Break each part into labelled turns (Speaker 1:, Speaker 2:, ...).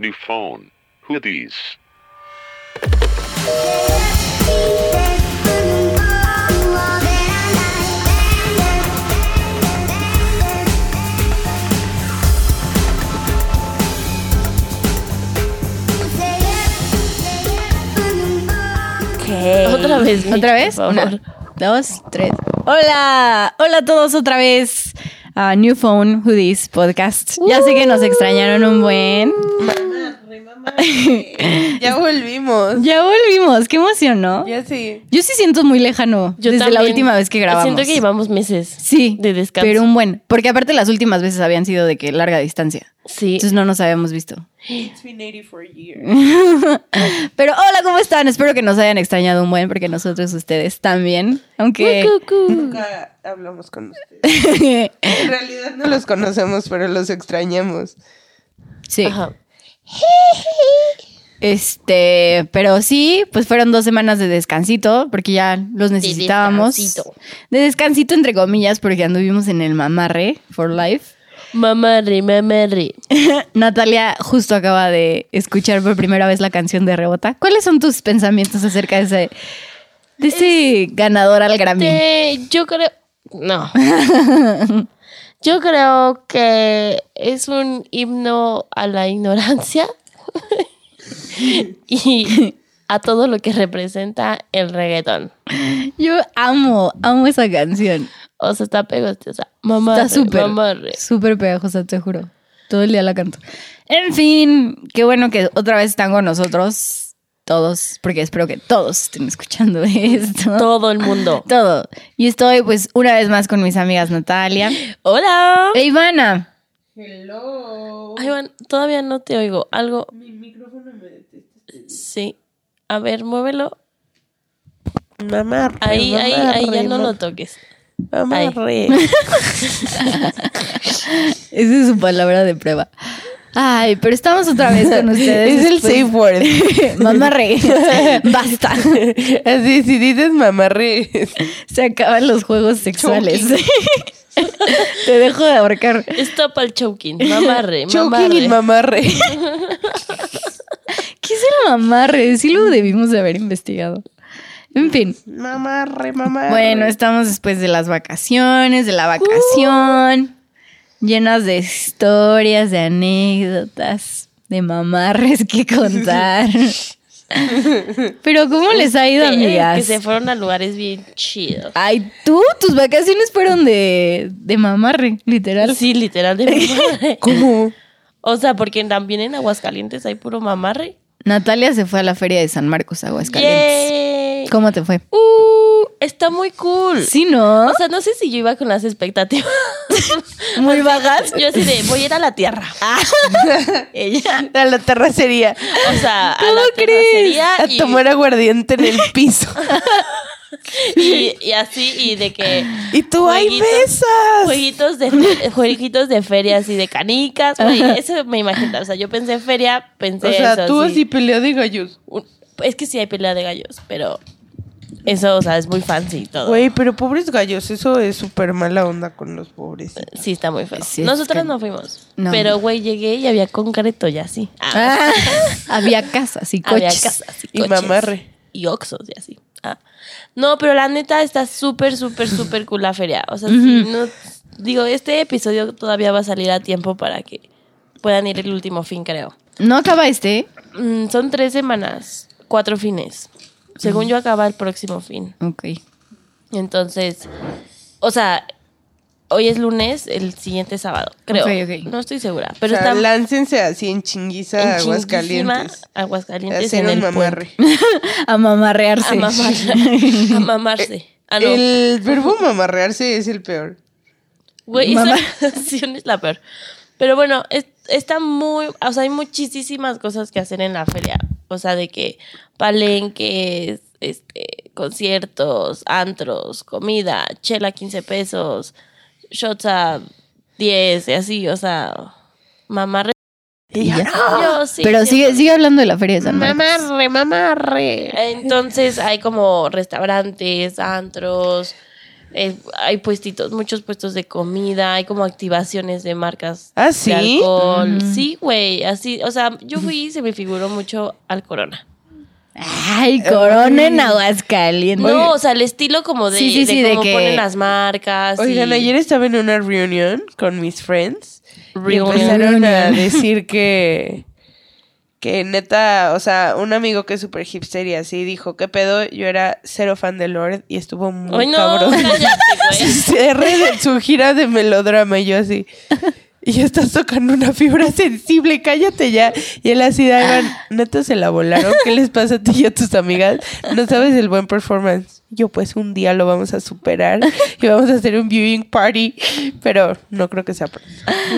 Speaker 1: New phone. Who these?
Speaker 2: Otra vez. Mitch,
Speaker 3: ¿Otra vez?
Speaker 2: por favor.
Speaker 3: Una, dos, tres. Hola, hola a todos otra vez. a New Phone Hoodies Podcast. Ya sé que nos extrañaron un buen.
Speaker 4: Ya volvimos.
Speaker 3: Ya volvimos, qué emoción, ¿no?
Speaker 4: Ya sí.
Speaker 3: Yo sí siento muy lejano
Speaker 2: Yo
Speaker 3: desde la
Speaker 2: también.
Speaker 3: última vez que grabamos.
Speaker 2: Siento que llevamos meses.
Speaker 3: sí,
Speaker 2: de descanso.
Speaker 3: Pero un buen, porque aparte las últimas veces habían sido de que larga distancia.
Speaker 2: Sí.
Speaker 3: Entonces no nos habíamos visto.
Speaker 4: It's been 84 years.
Speaker 3: Pero hola, ¿cómo están? Espero que nos hayan extrañado un buen porque nosotros ustedes también, aunque
Speaker 2: Cucú.
Speaker 4: Nunca hablamos con ustedes. En realidad no los conocemos, pero los extrañamos.
Speaker 3: sí.
Speaker 2: Ajá.
Speaker 3: Este, pero sí, pues fueron dos semanas de descansito, porque ya los necesitábamos. De descansito.
Speaker 2: descansito.
Speaker 3: entre comillas, porque anduvimos en el mamarre for life.
Speaker 2: Mamarre, mamarre.
Speaker 3: Natalia justo acaba de escuchar por primera vez la canción de Rebota. ¿Cuáles son tus pensamientos acerca de ese, de ese ganador al Grammy?
Speaker 2: Te- Este, yo creo. No. Yo creo que es un himno a la ignorancia y a todo lo que representa el reggaetón.
Speaker 3: Yo amo, amo esa canción.
Speaker 2: O sea, está pegostosa. Mamá,
Speaker 3: Está súper,
Speaker 2: mamarre.
Speaker 3: súper pegajosa, te juro. Todo el día la canto. En fin, qué bueno que otra vez están con nosotros todos, porque espero que todos estén escuchando esto.
Speaker 2: Todo el mundo.
Speaker 3: Todo. Y estoy pues una vez más con mis amigas Natalia
Speaker 2: Hola.
Speaker 3: e Ivana.
Speaker 4: Hello.
Speaker 2: Iván, todavía no te oigo. Algo.
Speaker 4: Mi micrófono me detesta.
Speaker 2: Sí. A ver, muévelo.
Speaker 4: Mamarre.
Speaker 2: Ahí, ahí, ahí ya no lo toques.
Speaker 4: Mamarre.
Speaker 3: Esa es su palabra de prueba. Ay, pero estamos otra vez con ustedes.
Speaker 4: Es el safe
Speaker 3: después-
Speaker 4: word.
Speaker 3: Mamarre. Basta.
Speaker 4: Así, si dices mamarre.
Speaker 3: Se acaban los juegos sexuales. Te dejo de ahorcar.
Speaker 2: Stop al choking. Mamarre,
Speaker 4: Choking
Speaker 2: mamarre.
Speaker 4: y mamarre.
Speaker 3: ¿Qué es el mamarre? Sí lo debimos de haber investigado. En fin.
Speaker 4: Mamarre, mamarre.
Speaker 3: Bueno, estamos después de las vacaciones, de la
Speaker 2: Uh.
Speaker 3: vacación, llenas de historias, de anécdotas, de mamarres que contar. Pero ¿cómo les ha ido,
Speaker 2: Sí,
Speaker 3: amigas?
Speaker 2: Eh, Que se fueron a lugares bien chidos.
Speaker 3: Ay, tú, tus vacaciones fueron de, de mamarre, literal.
Speaker 2: Sí, literal de mamarre.
Speaker 4: ¿Cómo?
Speaker 2: O sea, porque también en Aguascalientes hay puro mamarre.
Speaker 3: Natalia se fue a la feria de San Marcos, Aguascalientes.
Speaker 2: Yay.
Speaker 3: ¿Cómo te fue?
Speaker 2: Uh, está muy cool.
Speaker 3: Sí, ¿no?
Speaker 2: O sea, no sé si yo iba con las expectativas.
Speaker 3: Muy bajas.
Speaker 2: Yo así de, voy a ir a la tierra.
Speaker 3: Ah.
Speaker 2: Ella,
Speaker 4: A la terracería.
Speaker 2: o sea, a
Speaker 3: ¿Cómo
Speaker 2: la
Speaker 3: crees?
Speaker 2: terracería
Speaker 4: A
Speaker 2: y,
Speaker 4: tomar aguardiente en el piso.
Speaker 2: y, y así, y de que
Speaker 4: Y tú, ¡ay,
Speaker 2: Jueguitos.
Speaker 4: besas!
Speaker 2: Jueguitos de, fe- jueguitos de ferias y de canicas, güey. Eso me imagino. O sea, yo pensé en feria, pensé
Speaker 4: O sea,
Speaker 2: eso,
Speaker 4: tú
Speaker 2: sí.
Speaker 4: así pelea de gallos.
Speaker 2: Un- Es que sí hay pelea de gallos, pero eso, o sea, es muy fancy y todo.
Speaker 4: Güey, pero pobres gallos, eso es súper mala onda con los pobres.
Speaker 2: Sí, está muy feo.
Speaker 3: Sí, es
Speaker 2: Nosotras
Speaker 3: que-
Speaker 2: no fuimos.
Speaker 3: No.
Speaker 2: Pero, güey, llegué y había concreto ya sí. Ah,
Speaker 3: Ah, había casas y
Speaker 2: había
Speaker 3: coches.
Speaker 2: casas
Speaker 4: Y
Speaker 2: coches
Speaker 4: mamarre.
Speaker 2: Y oxos y así. Ah. No, pero la neta está súper, súper, súper cool la feria. O sea, sí, no, digo, este episodio todavía va a salir a tiempo para que puedan ir el último fin, creo.
Speaker 3: No acaba este.
Speaker 2: Mm, son tres semanas, cuatro fines. Según yo acaba el próximo fin.
Speaker 3: Ok.
Speaker 2: Entonces, o sea, hoy es lunes, el siguiente sábado, creo.
Speaker 3: Ok, ok.
Speaker 2: No estoy segura,
Speaker 4: Pero
Speaker 2: pero está
Speaker 4: láncense así en chinguiza a Aguascalientes. a
Speaker 2: Aguascalientes
Speaker 4: Hacer
Speaker 2: en
Speaker 4: un
Speaker 2: el
Speaker 4: mamarre.
Speaker 3: A mamarrearse.
Speaker 2: puente. A mamarse. A mamarse. Ah, no.
Speaker 4: El verbo mamarrearse es el peor.
Speaker 2: Güey,
Speaker 3: Mamá.
Speaker 2: esa canción es la peor. Pero bueno, es- está muy, o sea, hay muchísimas cosas que hacer en la feria. O sea, de que palenques, este, conciertos, antros, comida, chela 15 pesos, shots a 10 y así, o sea, mamarre.
Speaker 3: Y ya.
Speaker 2: Yo sí
Speaker 3: Pero
Speaker 2: siento-
Speaker 3: sigue, sigue hablando de la feria de San Marcos.
Speaker 4: Mamarre, mamarre.
Speaker 2: Entonces hay como restaurantes, antros, eh, hay puestitos, muchos puestos de comida, hay como activaciones de marcas
Speaker 4: ¿Ah,
Speaker 2: de
Speaker 4: sí?
Speaker 2: alcohol. Sí, güey, así, o sea, yo fui y se me figuró mucho al Corona.
Speaker 3: Ay, corona en Aguascalientes.
Speaker 2: No, o sea, el estilo como de,
Speaker 3: Sí, sí,
Speaker 2: de
Speaker 3: sí, de
Speaker 2: cómo
Speaker 3: que-
Speaker 2: ponen las marcas.
Speaker 4: Oigan,
Speaker 2: y-
Speaker 4: ayer estaba en una reunión con mis friends. Y
Speaker 2: Reunión.
Speaker 4: empezaron a
Speaker 3: Reunión.
Speaker 4: decir que. Que neta, o sea, un amigo que es súper hipster y así dijo: ¿Qué pedo? Yo era cero fan de Lord y estuvo muy
Speaker 2: Ay, no,
Speaker 4: cabrón.
Speaker 2: cállate, güey.
Speaker 4: Cerré de su gira de melodrama y yo así. Y ya estás tocando una fibra sensible, cállate ya. Y él así, Ivan, neta se la volaron. ¿Qué les pasa a ti y a tus amigas? No sabes el buen performance. Yo, pues un día lo vamos a superar y vamos a hacer un viewing party. Pero no creo que sea pronto.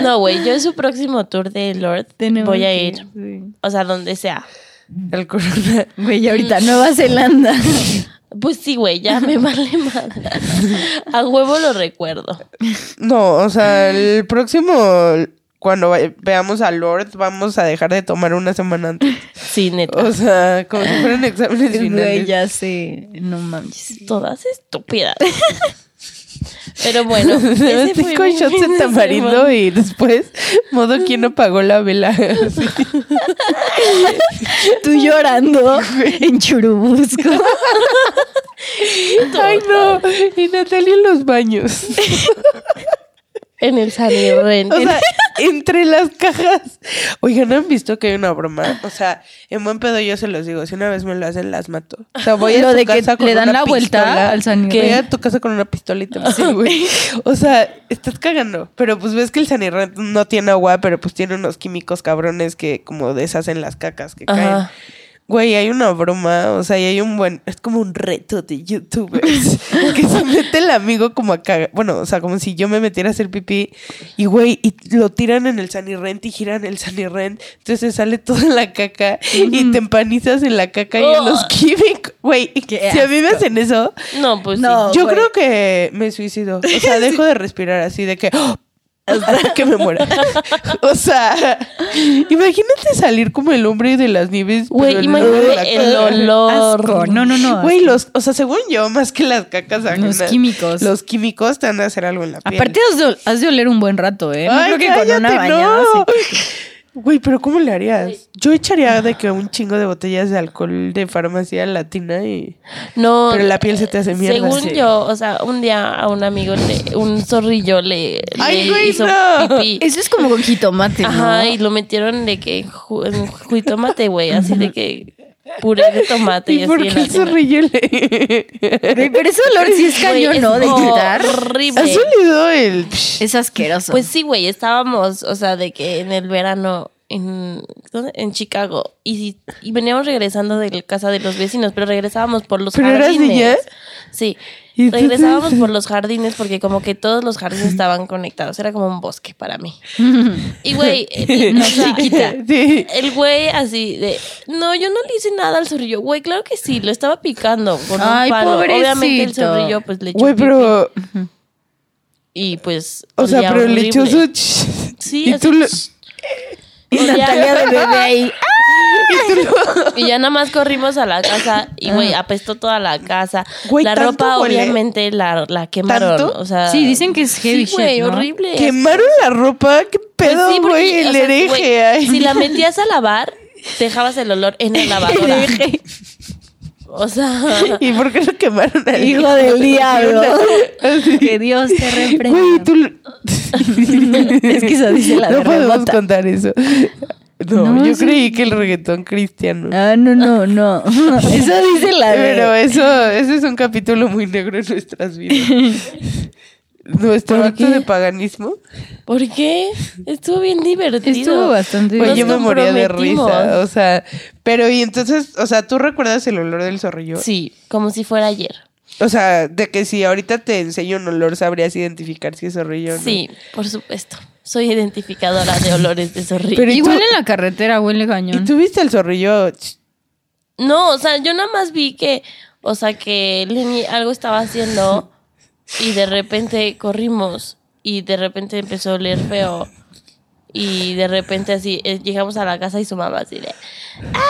Speaker 2: No, güey, yo en su próximo tour de Lord
Speaker 3: Tenemos
Speaker 2: voy a
Speaker 3: que-
Speaker 2: ir.
Speaker 3: sí.
Speaker 2: O sea, donde sea.
Speaker 4: El corona.
Speaker 3: Güey, ahorita Nueva Zelanda.
Speaker 2: Pues sí, güey, ya me vale madre. A huevo lo recuerdo.
Speaker 4: No, o sea, el próximo, cuando vaya- veamos a Lord, vamos a dejar de tomar una semana antes.
Speaker 2: Sí, neta.
Speaker 4: O sea, como si fueran exámenes
Speaker 3: Güey,
Speaker 4: finales.
Speaker 3: ya sé. No mames.
Speaker 2: Todas estúpidas. Pero bueno,
Speaker 4: Se
Speaker 2: ese
Speaker 4: metí
Speaker 2: fue
Speaker 4: con
Speaker 2: mi
Speaker 4: shots
Speaker 2: fin
Speaker 4: de
Speaker 2: de
Speaker 4: tamarindo
Speaker 2: semana.
Speaker 4: y después, modo quien apagó la vela. Así.
Speaker 3: Tú llorando en Churubusco.
Speaker 4: Ay, no. Y Natalia en los baños.
Speaker 2: En el San Irren.
Speaker 4: O sea, entre las cajas. Oigan, ¿han visto que hay una broma? O sea, en buen pedo yo se los digo. Si una vez me lo hacen, las mato. O sea, voy a
Speaker 3: Lo
Speaker 4: tu
Speaker 3: de que
Speaker 4: casa con
Speaker 3: le dan
Speaker 4: una
Speaker 3: la vuelta
Speaker 4: pistola.
Speaker 3: al San
Speaker 4: Voy
Speaker 3: Irren.
Speaker 4: a tu casa con una pistola y te mato, güey. O sea, estás cagando. Pero pues ves que el San Irren no tiene agua, pero pues tiene unos químicos cabrones que como deshacen las cacas que caen.
Speaker 2: Ajá.
Speaker 4: Güey, hay una broma, o sea, y hay un buen, es como un reto de youtubers, que se mete el amigo como a cagar, bueno, o sea, como si yo me metiera a hacer pipí, y güey, y lo tiran en el sanirrent y giran el sanirrent, entonces sale toda la caca, y te empanizas en la caca y en los
Speaker 2: Oh.
Speaker 4: químicos, güey, y
Speaker 3: Qué
Speaker 4: si a mí me hacen eso,
Speaker 2: No, pues
Speaker 3: No.
Speaker 2: sí.
Speaker 4: yo
Speaker 3: güey.
Speaker 4: creo que me suicido, o sea, dejo de respirar así de que... ¡oh! hasta que me muera. o sea, imagínate salir como el hombre de las nieves.
Speaker 2: Güey,
Speaker 4: pero en lugar de la
Speaker 2: imagínate el
Speaker 4: caca.
Speaker 2: olor.
Speaker 3: Asco. No, no, no.
Speaker 4: Güey, los, o sea, según yo, más que las cacas ajenas,
Speaker 3: Los químicos.
Speaker 4: Los químicos te van a hacer algo en la piel.
Speaker 3: Aparte has de, has de oler un buen rato, ¿eh? No
Speaker 4: Ay,
Speaker 3: creo que con una
Speaker 4: cállate,
Speaker 3: bañada
Speaker 4: no.
Speaker 3: se-
Speaker 4: Güey, pero ¿cómo le harías? Yo echaría de que un chingo de botellas de alcohol de farmacia latina y.
Speaker 2: No.
Speaker 4: Pero la piel se te hace mierda.
Speaker 2: Según
Speaker 4: Sí.
Speaker 2: yo, o sea, un día a un amigo, le, un zorrillo le,
Speaker 4: Ay,
Speaker 2: le
Speaker 4: güey,
Speaker 2: hizo
Speaker 4: no.
Speaker 2: pipí.
Speaker 3: Eso es como con jitomate, ¿no?
Speaker 2: Ajá, y lo metieron de que en ju- en juitomate, güey, así de que puré de tomate
Speaker 4: ¿Y
Speaker 2: y, así.
Speaker 4: por
Speaker 2: en
Speaker 4: qué
Speaker 2: la
Speaker 4: el
Speaker 2: cena.
Speaker 4: zorrillo le.?
Speaker 3: Güey, Pero ese olor sí es
Speaker 2: Güey,
Speaker 3: cañón,
Speaker 2: es
Speaker 3: ¿no? De quitar.
Speaker 2: Horrible.
Speaker 4: ¿Has olido el.?
Speaker 3: Es asqueroso.
Speaker 2: Pues sí, güey, estábamos, o sea, de que en el verano en, ¿dónde? en Chicago y, si- y veníamos regresando de la casa de los vecinos, pero regresábamos por los
Speaker 4: ¿Pero eras
Speaker 2: jardines.
Speaker 4: niña?
Speaker 2: Sí.
Speaker 4: ¿Y entonces?
Speaker 2: Regresábamos por los jardines porque como que todos los jardines estaban conectados, era como un bosque para mí. Y güey, eh, o sea,
Speaker 4: Sí.
Speaker 2: el güey así de, no, yo no le hice nada al zorrillo. Güey, claro que sí, lo estaba picando con
Speaker 3: Ay,
Speaker 2: un palo. Obviamente el
Speaker 3: pobrecito.
Speaker 2: zorrillo pues le echó
Speaker 4: Güey,
Speaker 2: pipí
Speaker 4: pero.
Speaker 2: y pues
Speaker 4: O sea,
Speaker 2: olía
Speaker 4: pero le echó
Speaker 2: horrible.
Speaker 4: su.
Speaker 2: Sí,
Speaker 4: y
Speaker 2: así,
Speaker 4: tú lo-
Speaker 3: y
Speaker 2: olía-
Speaker 3: Natalia de bebé ahí.
Speaker 2: Y ya nada más corrimos a la casa y, güey, apestó toda la casa.
Speaker 4: Ah. Güey,
Speaker 2: la
Speaker 4: ¿tanto
Speaker 2: ropa,
Speaker 4: huele?
Speaker 2: obviamente, la, la quemaron.
Speaker 4: ¿Tanto?
Speaker 2: O sea,
Speaker 3: Sí, dicen que es heavy
Speaker 2: sí, güey,
Speaker 3: shit, ¿no?
Speaker 2: horrible.
Speaker 4: Quemaron la ropa, qué
Speaker 2: Pues
Speaker 4: pedo,
Speaker 2: sí, porque,
Speaker 4: güey,
Speaker 2: o
Speaker 4: el
Speaker 2: sea, güey,
Speaker 4: hereje. ay.
Speaker 2: Si la metías a lavar, dejabas el olor en la lavadora. O sea,
Speaker 4: ¿Y por qué lo quemaron al
Speaker 3: Hijo del diablo. Que Dios te reprenda.
Speaker 4: Güey, tú.
Speaker 3: Es que eso dice la
Speaker 4: No podemos
Speaker 3: berrabota.
Speaker 4: contar eso. No,
Speaker 3: No,
Speaker 4: yo
Speaker 3: sí.
Speaker 4: creí que el reggaetón cristiano.
Speaker 3: Ah, no, no, no. Eso dice la de-
Speaker 4: Pero eso, ese es un capítulo muy negro en nuestras vidas. Nuestro
Speaker 3: ¿Por
Speaker 4: acto
Speaker 3: qué?
Speaker 4: de paganismo.
Speaker 2: ¿por qué? Estuvo bien divertido.
Speaker 3: Estuvo bastante
Speaker 4: Güey,
Speaker 2: Nos
Speaker 4: yo me moría de
Speaker 2: comprometimos.
Speaker 4: risa. O sea, pero y entonces, o sea, ¿tú recuerdas el olor del zorrillo?
Speaker 2: Sí, como si fuera ayer.
Speaker 4: O sea, de que si ahorita te enseño un olor, sabrías identificar si es zorrillo o no.
Speaker 2: Sí, por supuesto. Soy identificadora de olores de zorrillo.
Speaker 4: Pero ¿y
Speaker 3: Igual
Speaker 4: tú?
Speaker 3: en la carretera huele cañón.
Speaker 4: ¿Y tú viste el zorrillo? Ch-
Speaker 2: No, o sea, yo nada más vi que, o sea, que Lenny algo estaba haciendo y de repente corrimos y de repente empezó a oler feo y de repente así eh, llegamos a la casa y su mamá así de, ¡ah!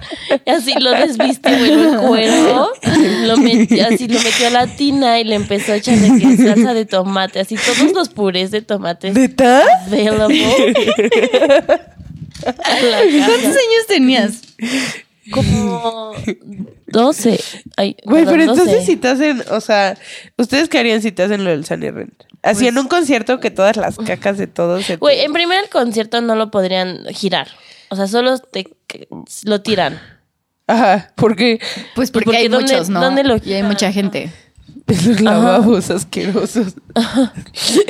Speaker 2: Y así lo desvistió en el cuero. Lo meti- así lo metió a la tina y le empezó a echar de que salsa de tomate. Así todos los purés de tomate
Speaker 4: ¿Neta?
Speaker 2: available. A la
Speaker 3: ¿Cuántos
Speaker 2: casa.
Speaker 3: años tenías?
Speaker 2: Como 12. Ay,
Speaker 4: Güey,
Speaker 2: perdón,
Speaker 4: pero entonces
Speaker 2: 12.
Speaker 4: si te hacen, o sea, ¿ustedes qué harían si te hacen lo del Sunny Rent? Así en un concierto que todas las cacas de todos se...
Speaker 2: Pues Güey, em en primer el concierto no lo podrían girar. O sea, solo te lo tiran.
Speaker 4: Ajá, porque
Speaker 3: Pues porque,
Speaker 2: Porque
Speaker 3: hay
Speaker 2: ¿dónde-
Speaker 3: muchos, ¿no?
Speaker 2: dónde lo
Speaker 3: y hay mucha gente.
Speaker 4: los lavabos asquerosos.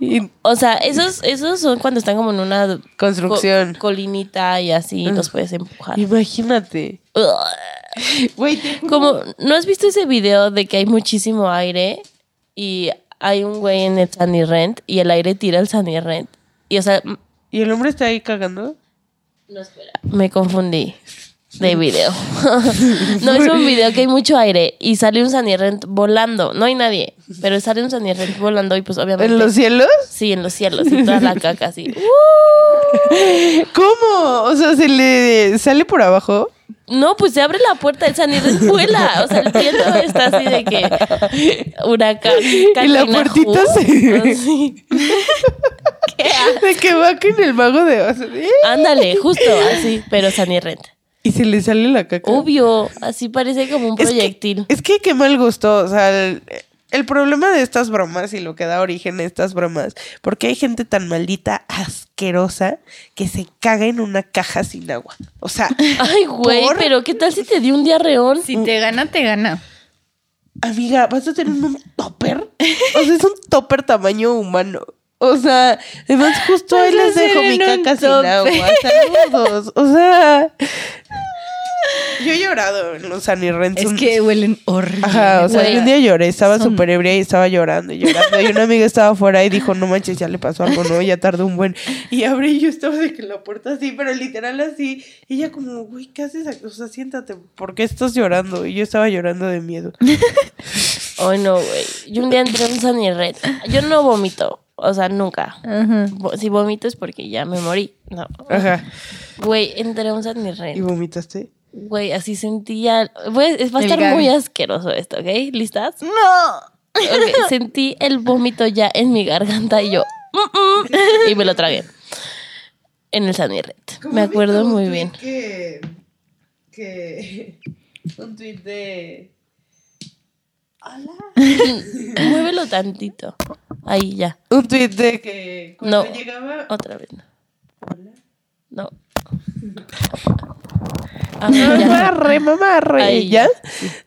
Speaker 4: y
Speaker 2: O sea, esos, esos son cuando están como en una
Speaker 4: construcción. Mm.
Speaker 2: co- colinita y así los puedes empujar.
Speaker 4: Imagínate. Güey, te juro-
Speaker 2: Como, ¿no has visto ese video de que hay muchísimo aire y hay un güey en el Sunny Rent y el aire tira el Sunny Rent? Y o sea, m-
Speaker 4: ¿Y el hombre está ahí cagando?
Speaker 2: me confundí de video. no, es un video que hay mucho aire y sale un Sunny Rent volando. No hay nadie, pero sale un Sunny Rent volando y pues obviamente...
Speaker 4: ¿En los cielos?
Speaker 2: Sí, en los cielos y toda la caca así.
Speaker 4: ¿Cómo? O sea, se le sale por abajo.
Speaker 2: No, pues se abre la puerta de San Irene vuela. O sea, el cielo está así de que huracán.
Speaker 4: Y la
Speaker 2: Katrina
Speaker 4: puertita
Speaker 2: Who.
Speaker 4: se-
Speaker 2: Así. Ah.
Speaker 4: De que va con el mago de Oz. ¿eh?
Speaker 2: Ándale, justo así, pero San Irene.
Speaker 4: Y se le sale la caca.
Speaker 2: Obvio, así parece como un
Speaker 4: Es que-
Speaker 2: proyectil.
Speaker 4: Es que qué mal gusto. O sea, el, el problema de estas bromas y lo que da origen a estas bromas, porque hay gente tan maldita, asquerosa, que se caga en una caja sin agua. O sea,
Speaker 2: Ay, güey,
Speaker 4: ¿Por?
Speaker 2: pero ¿qué tal si te dio un diarreón?
Speaker 3: Si te gana, te gana.
Speaker 4: amiga, vas a tener un topper. O sea, es un topper tamaño humano. O sea, además justo ahí
Speaker 3: Vas a
Speaker 4: les dejo
Speaker 3: hacer
Speaker 4: mi
Speaker 3: en un
Speaker 4: caca sin
Speaker 3: topper.
Speaker 4: agua. Saludos. O sea, yo he llorado en los anirrents.
Speaker 3: Es
Speaker 4: un-
Speaker 3: que huelen horrible.
Speaker 4: Ajá, o sea,
Speaker 2: Güey.
Speaker 4: yo un día lloré, estaba
Speaker 3: Son-
Speaker 4: súper ebria y estaba llorando y llorando. Y una amiga estaba afuera y dijo, no manches, ya le pasó algo, no, ya tardó un buen. Y abrí y yo estaba de que la puerta así, pero literal así. Y ella como, güey, ¿qué haces? aquí? O sea, siéntate, ¿por qué estás llorando? Y yo estaba llorando de miedo.
Speaker 2: Ay, no, güey. Yo un día entré en San Irene. Yo no vomito, o sea, nunca.
Speaker 3: Ajá.
Speaker 2: Vo- Si vomito es porque ya me morí. No.
Speaker 4: Ajá.
Speaker 2: Güey, entré a un San
Speaker 4: ¿Y
Speaker 2: Irene.
Speaker 4: vomitaste?
Speaker 2: Güey, así sentía. Güey, es- va a
Speaker 3: El
Speaker 2: estar
Speaker 3: gag.
Speaker 2: muy asqueroso esto, ¿ok? ¿Listas?
Speaker 3: No.
Speaker 2: Ok, sentí el vómito ya en mi garganta y yo. "Mm, mm", y me lo tragué. En el Sunny Red. Me acuerdo muy bien.
Speaker 4: Que, que un tweet de...
Speaker 2: Muévelo tantito. Ahí ya.
Speaker 4: Un tweet de que cuando
Speaker 2: No.
Speaker 4: llegaba...
Speaker 2: Otra vez. no. No. Ah, ya.
Speaker 4: Mamarre, mamarre.
Speaker 2: Ahí.
Speaker 4: ¿Ya?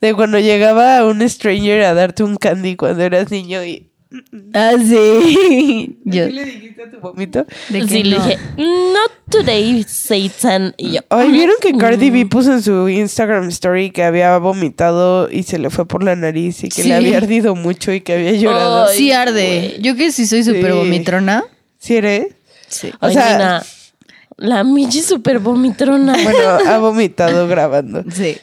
Speaker 4: De cuando llegaba un stranger a darte un candy cuando eras niño y.
Speaker 3: Ah, sí. Yo.
Speaker 4: ¿Qué le dijiste a tu vomito?
Speaker 3: de que
Speaker 2: Sí, le
Speaker 3: no.
Speaker 2: dije, not today, Satan. Y yo.
Speaker 4: Ay, ¿vieron que Cardi B puso en su Instagram story que había vomitado y se le fue por la nariz y que
Speaker 3: Sí.
Speaker 4: le había ardido mucho y que había llorado?
Speaker 2: Ay,
Speaker 3: Sí arde.
Speaker 2: güey.
Speaker 3: Yo que sí soy
Speaker 4: Sí.
Speaker 3: súper vomitrona.
Speaker 4: ¿Sí eres?
Speaker 3: Sí.
Speaker 4: O
Speaker 2: Ay,
Speaker 4: sea-
Speaker 2: nena, la Michi super vomitrona.
Speaker 4: Bueno, ha vomitado grabando.
Speaker 3: Sí.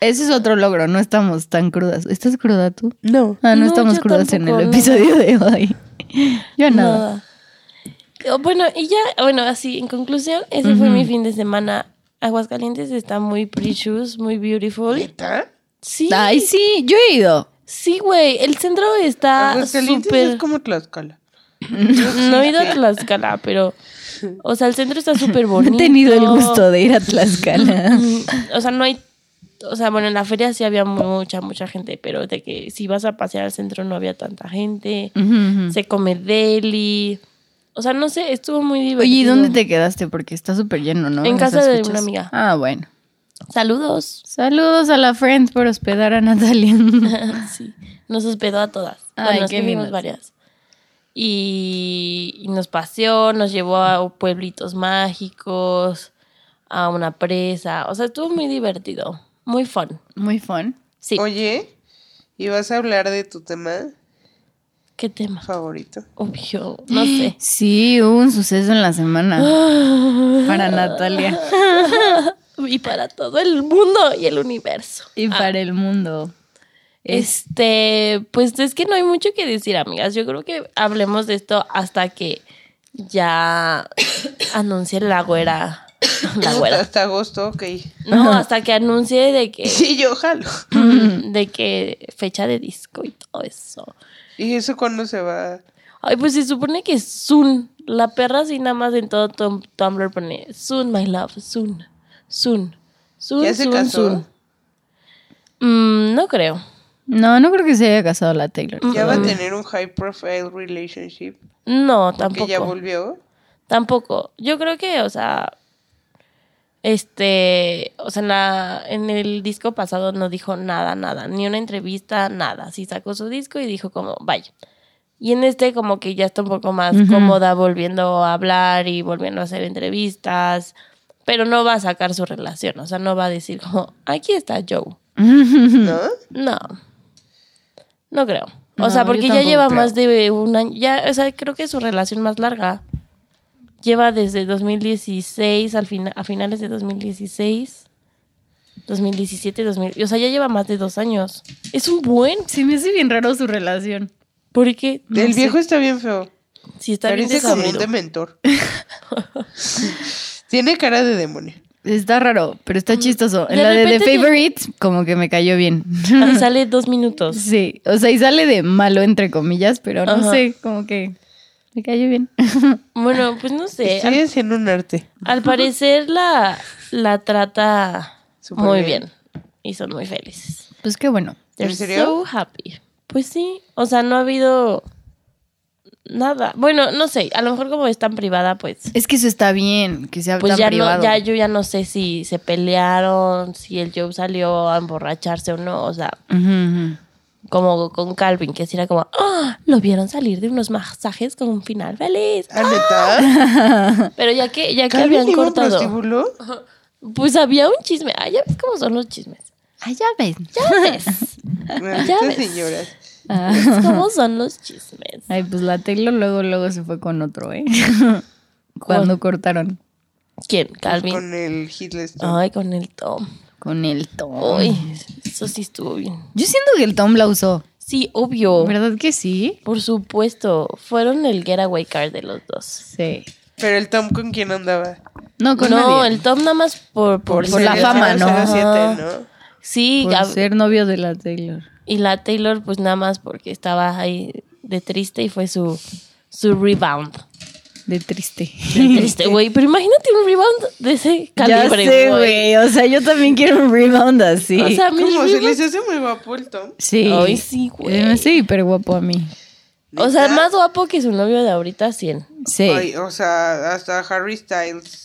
Speaker 3: Ese es otro logro, no estamos tan crudas. ¿Estás cruda tú?
Speaker 4: No.
Speaker 3: Ah, no,
Speaker 2: No,
Speaker 3: estamos
Speaker 2: yo
Speaker 3: crudas en
Speaker 2: tampoco,
Speaker 3: el
Speaker 2: no.
Speaker 3: episodio de hoy. Yo nada.
Speaker 2: Nada. Oh, Bueno, y ya, bueno, así, en conclusión, ese fue mi fin de semana. Aguascalientes está muy precious, muy beautiful.
Speaker 4: ¿Está?
Speaker 2: Sí,
Speaker 3: Ay, sí, yo he ido.
Speaker 2: sí, güey, el centro está
Speaker 4: Aguascalientes
Speaker 2: Ah, súper...
Speaker 4: es como Tlaxcala.
Speaker 2: No he ido a Tlaxcala, pero... O sea, el centro está súper bonito.
Speaker 3: No he tenido el gusto de ir a Tlaxcala.
Speaker 2: Mm, O sea, no hay... O sea, bueno, en la feria sí había mucha, mucha gente, pero de que si vas a pasear al centro no había tanta gente.
Speaker 3: Ujú, ujú.
Speaker 2: Se come deli. O sea, no sé, estuvo muy divertido.
Speaker 3: Oye, ¿y dónde te quedaste? Porque está súper lleno, ¿no?
Speaker 2: En casa
Speaker 3: esas
Speaker 2: de
Speaker 3: fechas.
Speaker 2: una amiga.
Speaker 3: Ah, bueno.
Speaker 2: Saludos.
Speaker 3: Saludos a la Friends por hospedar a Natalia.
Speaker 2: sí. Nos hospedó a todas.
Speaker 3: Ay,
Speaker 2: bueno, es
Speaker 3: qué
Speaker 2: que fuimos
Speaker 3: finos.
Speaker 2: varias. Y, y nos paseó, nos llevó a pueblitos mágicos, a una presa. O sea, estuvo muy divertido. Muy fun.
Speaker 3: Muy fun.
Speaker 2: Sí.
Speaker 4: Oye, ¿y vas a hablar de tu tema
Speaker 2: ¿Qué tema?
Speaker 4: favorito?
Speaker 2: Obvio. No sé.
Speaker 3: Sí, hubo un suceso en la semana para Natalia
Speaker 2: y para todo el mundo y el universo.
Speaker 3: y para el mundo. Es
Speaker 2: Este, pues es que no hay mucho que decir, amigas. Yo creo que hablemos de esto hasta que ya anuncie la güera. La Eh. güera.
Speaker 4: Hasta agosto, ok.
Speaker 2: No, hasta que anuncie de que, mm,
Speaker 4: Sí, yo jalo.
Speaker 2: de que fecha de disco y todo eso.
Speaker 4: ¿Y eso cuándo se va?
Speaker 2: Ay, pues se supone que soon. La perra así nada más en todo Tum- Tumblr pone soon, my love, soon, soon, soon,
Speaker 4: ¿Ya se
Speaker 2: soon,
Speaker 4: casó?
Speaker 2: soon. Mm, no creo.
Speaker 3: No, no creo que se haya casado la Taylor.
Speaker 4: ¿Ya va a tener un high profile relationship?
Speaker 2: No,
Speaker 4: Porque ya
Speaker 2: tampoco.
Speaker 4: volvió.
Speaker 2: Tampoco. Yo creo que, o sea, este, o sea, en, la- en el disco pasado no dijo nada, nada, ni una entrevista, nada. Sí sacó su disco y dijo como, vaya. Y en este como que ya está un poco más
Speaker 3: Ujú.
Speaker 2: cómoda volviendo a hablar y volviendo a hacer entrevistas, pero no va a sacar su relación, o sea, no va a decir como, aquí está Joe.
Speaker 4: ¿No?
Speaker 2: No. No creo. O
Speaker 3: No,
Speaker 2: sea,
Speaker 3: yo
Speaker 2: porque ya
Speaker 3: tampoco
Speaker 2: lleva
Speaker 3: creo.
Speaker 2: más de un año. Ya, o sea, creo que es su relación más larga. Lleva desde 2016 al fina- a finales de 2016. 2017, 2000. O sea, ya lleva más de dos años. Es un buen.
Speaker 3: Sí, me hace bien raro su relación.
Speaker 2: Porque
Speaker 3: No
Speaker 4: el
Speaker 3: sé.
Speaker 4: viejo está bien feo.
Speaker 2: si está bien
Speaker 4: Parece como un
Speaker 2: desabrido.
Speaker 4: dementor. Tiene cara de demonio.
Speaker 3: Está raro, pero está chistoso. En
Speaker 2: Mm. De
Speaker 3: la de The
Speaker 2: repente te-
Speaker 3: Favorite, como que me cayó bien.
Speaker 2: Ah, Sale dos minutos.
Speaker 3: sí, o sea, y sale de malo, entre comillas, pero no
Speaker 2: Ajá.
Speaker 3: sé, como que me cayó bien.
Speaker 2: Bueno, pues no sé. Al,
Speaker 4: Sigue siendo un arte.
Speaker 2: al parecer la, la trata
Speaker 4: Súper
Speaker 2: muy
Speaker 4: bien.
Speaker 2: bien. Y son muy felices.
Speaker 3: pues qué bueno.
Speaker 2: They're
Speaker 4: ¿En serio?
Speaker 2: so happy. Pues sí, o sea, no ha habido nada. Bueno, no sé, a lo mejor como es tan privada, pues
Speaker 3: Es que eso está bien, que sea
Speaker 2: pues
Speaker 3: tan
Speaker 2: ya
Speaker 3: privado.
Speaker 2: no ya yo ya no sé si se pelearon, si el Joe salió a emborracharse o no, o sea,
Speaker 3: Ujú, ujú.
Speaker 2: como con Calvin que sí era como, "Ah, lo vieron salir de unos masajes con un final feliz."
Speaker 4: ¿Ah, neta?
Speaker 2: Pero ya que ya que
Speaker 4: ¿Calvin
Speaker 2: habían
Speaker 4: iba a un
Speaker 2: cortado,
Speaker 4: prostíbulo?
Speaker 2: pues había un chisme. Ah, ya ves cómo son los chismes.
Speaker 3: Ah, ya ves.
Speaker 2: Ya ves.
Speaker 4: Malditas
Speaker 2: ves.
Speaker 4: señoras.
Speaker 3: Ah.
Speaker 2: cómo son los chismes.
Speaker 3: Ay, pues la Taylor luego, luego se fue con otro, ¿eh? Cuando cortaron
Speaker 2: ¿Quién? Calvin.
Speaker 4: Pues Con el Hitler.
Speaker 2: Ay, con el Tom.
Speaker 3: con el Tom.
Speaker 2: Uy, eso sí estuvo bien.
Speaker 3: Yo siento que el Tom la usó.
Speaker 2: Sí, obvio.
Speaker 3: ¿Verdad que sí?
Speaker 2: Por supuesto. Fueron el getaway car de los dos.
Speaker 3: Sí.
Speaker 4: Pero el Tom, ¿con quién andaba? Pues
Speaker 3: No, con
Speaker 2: no,
Speaker 3: nadie.
Speaker 2: el Tom nada más por, por,
Speaker 3: Por la
Speaker 2: ser-
Speaker 3: fama, ¿no?
Speaker 4: 007,
Speaker 2: Ajá.
Speaker 4: ¿no?
Speaker 2: Sí,
Speaker 3: Por
Speaker 2: Gab-
Speaker 3: ser novio de la Taylor.
Speaker 2: y la Taylor pues nada más porque estaba ahí de triste y fue su, su rebound.
Speaker 3: De triste. eh.
Speaker 2: De triste, güey. Pero imagínate un rebound de ese
Speaker 3: Ya
Speaker 2: calibre,
Speaker 3: sé, güey. O sea, yo también quiero un rebound así.
Speaker 2: O sea, mis
Speaker 4: Como se
Speaker 2: rebounds-
Speaker 4: les hace muy guapo el Tom.
Speaker 3: sí.
Speaker 2: Ay, sí, güey.
Speaker 3: Eh, Sí, pero guapo a mí.
Speaker 2: o sea, más guapo que su novio de ahorita, 100.
Speaker 3: Sí.
Speaker 4: Ay, o sea, hasta Harry Styles.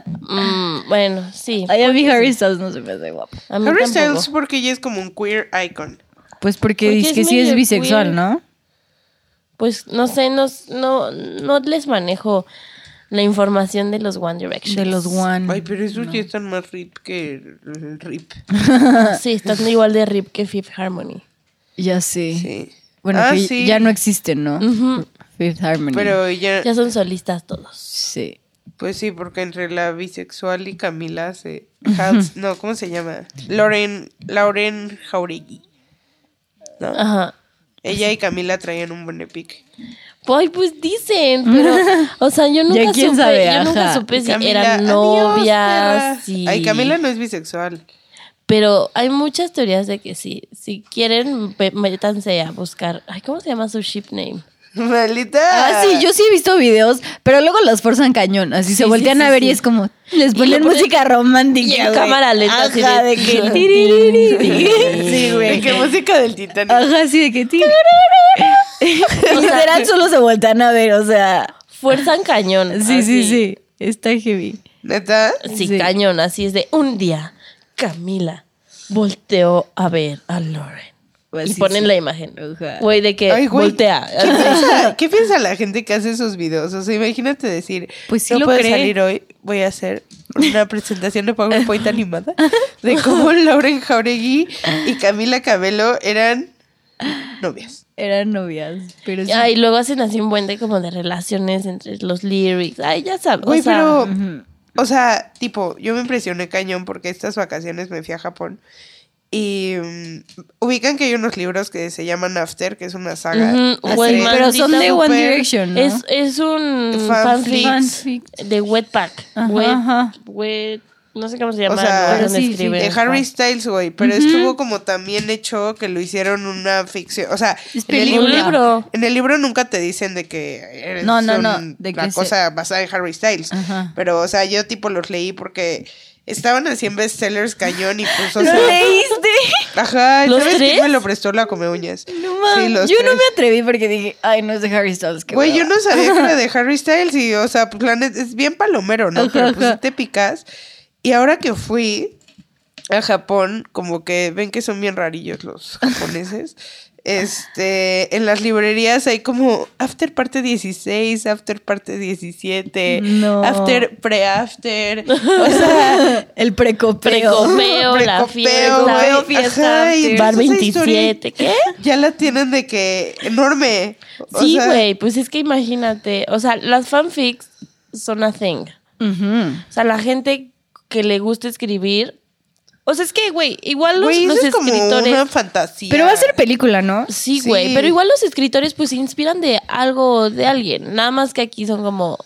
Speaker 2: Mm, bueno, sí.
Speaker 3: Ay, a mí Harry Styles no se me hace guapo.
Speaker 2: A mí
Speaker 4: Harry
Speaker 2: tampoco.
Speaker 4: Styles porque ya es como un queer icon.
Speaker 3: Pues porque,
Speaker 2: Porque
Speaker 3: dice
Speaker 2: es
Speaker 3: que sí es
Speaker 2: medio
Speaker 3: bisexual,
Speaker 2: queer.
Speaker 3: ¿no?
Speaker 2: Pues no sé, no, no, no les manejo la información de los One Direction.
Speaker 3: De los One.
Speaker 4: Ay, pero esos ya están más rip que el rip.
Speaker 2: Sí, están igual de RIP que Fifth Harmony.
Speaker 3: Ya sé.
Speaker 4: Sí.
Speaker 3: Bueno,
Speaker 4: Ah,
Speaker 3: que
Speaker 4: sí.
Speaker 3: ya no existen, ¿no? Fifth Harmony.
Speaker 4: Pero ya,
Speaker 2: Ya son solistas todos.
Speaker 3: Sí.
Speaker 4: pues sí, porque entre la bisexual y Camila se... Hals- no, ¿cómo se llama? Lauren, Lauren Jauregui. ¿No?
Speaker 2: Ajá.
Speaker 4: Ella y Camila traían un buen epic.
Speaker 2: Ay, pues dicen, pero, o sea, yo nunca
Speaker 3: quién
Speaker 2: supe,
Speaker 3: sabe,
Speaker 2: yo nunca
Speaker 3: ajá.
Speaker 2: supe si
Speaker 4: Camila-
Speaker 2: eran
Speaker 4: ¡Adiós,
Speaker 2: novias,
Speaker 4: perra!
Speaker 2: si-
Speaker 4: Ay, Camila no es bisexual.
Speaker 2: pero hay muchas teorías de que sí. Si quieren, ve- métanse a buscar. Ay, ¿cómo se llama su ship name?
Speaker 4: Maldita.
Speaker 3: Ah, sí, yo sí he visto videos, pero luego las forzan cañón. Así se
Speaker 2: sí,
Speaker 3: voltean
Speaker 2: sí,
Speaker 3: a ver
Speaker 2: sí.
Speaker 3: y es como, les
Speaker 2: Y
Speaker 3: ponen
Speaker 2: le ponen-
Speaker 3: música romántica.
Speaker 2: y en
Speaker 3: güey.
Speaker 2: cámara lenta, así
Speaker 3: Ajá, de
Speaker 2: de-
Speaker 3: que. tiririri. sí,
Speaker 4: ¿De
Speaker 3: güey. Ah,
Speaker 4: qué música del Titanic?
Speaker 3: Ajá, así de que. tiriri. Literal, solo se voltean a ver, o sea.
Speaker 2: Fuerzan cañón.
Speaker 3: Sí, sí,
Speaker 2: así.
Speaker 3: sí. Está heavy.
Speaker 4: ¿Neta?
Speaker 2: Sí,
Speaker 3: Sí.
Speaker 2: cañón, así es de un día Camila volteó a ver a Lauren. y
Speaker 3: Así,
Speaker 2: ponen
Speaker 3: Pues sí.
Speaker 2: la imagen.
Speaker 3: Ajá.
Speaker 2: Güey, de que
Speaker 4: Ay, güey.
Speaker 2: voltea.
Speaker 4: ¿Qué piensa, qué piensa la gente que hace esos videos? O sea, imagínate decir,
Speaker 3: Pues sí
Speaker 4: no
Speaker 3: lo
Speaker 4: puedo
Speaker 3: cree.
Speaker 4: salir hoy, voy a hacer una presentación de PowerPoint animada de cómo Lauren Jauregui y Camila Cabello eran novias.
Speaker 3: Eran novias, pero sí.
Speaker 2: Ay, luego hacen así un buen de como de relaciones entre los lyrics. Ay, ya sabes.
Speaker 4: Güey,
Speaker 2: o sea,
Speaker 4: pero,
Speaker 3: ujú.
Speaker 4: o sea, tipo, yo me impresioné cañón porque estas vacaciones me fui a Japón Y mm, ubican que hay unos libros que se llaman After, que es una saga.
Speaker 2: Ujú,
Speaker 4: de-
Speaker 2: güey,
Speaker 4: de-
Speaker 2: maldita
Speaker 3: Ah, pero son de
Speaker 4: súper-
Speaker 3: One Direction, ¿no?
Speaker 2: Es, es un
Speaker 4: Fanfic.
Speaker 2: fanfic,
Speaker 3: Fanfic.
Speaker 2: de Wetpack.
Speaker 3: Ajá,
Speaker 2: Wet,
Speaker 3: ajá.
Speaker 2: wet- no sé cómo se llama.
Speaker 4: O sea,
Speaker 2: no sé dónde
Speaker 3: sí, sí,
Speaker 2: escriben.
Speaker 4: de Harry Styles, güey. Pero estuvo como también hecho que lo hicieron una ficción. O sea,
Speaker 3: Es
Speaker 4: en el,
Speaker 2: Un
Speaker 3: película.
Speaker 4: libro,
Speaker 2: libro.
Speaker 4: en el libro nunca te dicen de que eres
Speaker 3: No, no, no,
Speaker 4: un-
Speaker 3: de que
Speaker 4: una
Speaker 3: se-
Speaker 4: cosa basada en Harry Styles.
Speaker 3: Ajá.
Speaker 4: Pero, o sea, yo tipo los leí porque estaban así en bestsellers cañón y pues, o sea,
Speaker 3: ¿Lo leíste?
Speaker 4: Ajá,
Speaker 2: ¿Los
Speaker 4: ¿sabes quién
Speaker 2: tres?
Speaker 4: me lo prestó la come uñas?
Speaker 3: No mames.
Speaker 4: los
Speaker 3: yo no
Speaker 4: tres.
Speaker 3: me atreví porque dije, ay, no es de Harry Styles. qué
Speaker 4: Güey, yo
Speaker 3: hueva".
Speaker 4: no sabía que era de Harry Styles y, o sea, pues, la neta, es bien palomero, ¿no?
Speaker 3: Ajá,
Speaker 4: Pero pues
Speaker 3: ajá.
Speaker 4: sí te picas. Y ahora que fui a Japón, como que ven que son bien rarillos los japoneses. Este, en las librerías hay como after parte 16, after parte 17,
Speaker 3: No.
Speaker 4: after pre-after, o sea,
Speaker 3: El precopeo.
Speaker 2: Precopeo, la
Speaker 4: Precopeo, güey.
Speaker 2: fiesta.
Speaker 3: fiesta,
Speaker 4: Ajá, y
Speaker 3: after.
Speaker 2: Bar
Speaker 4: entonces esa historia
Speaker 2: 27. ¿Qué?
Speaker 4: Ya la tienen de que enorme. O
Speaker 2: Sí,
Speaker 4: sea,
Speaker 2: güey. Pues es que imagínate. O sea, las fanfics son a thing.
Speaker 3: Ujú.
Speaker 2: O sea, la gente que le gusta escribir. O sea, es que, güey, igual los,
Speaker 4: Güey, eso
Speaker 2: los
Speaker 4: es como
Speaker 2: escritores.
Speaker 4: una fantasía.
Speaker 3: Pero va a ser película, ¿no?
Speaker 2: Sí,
Speaker 4: Sí.
Speaker 2: güey, pero igual los escritores pues se inspiran de algo, de alguien, nada más que aquí son como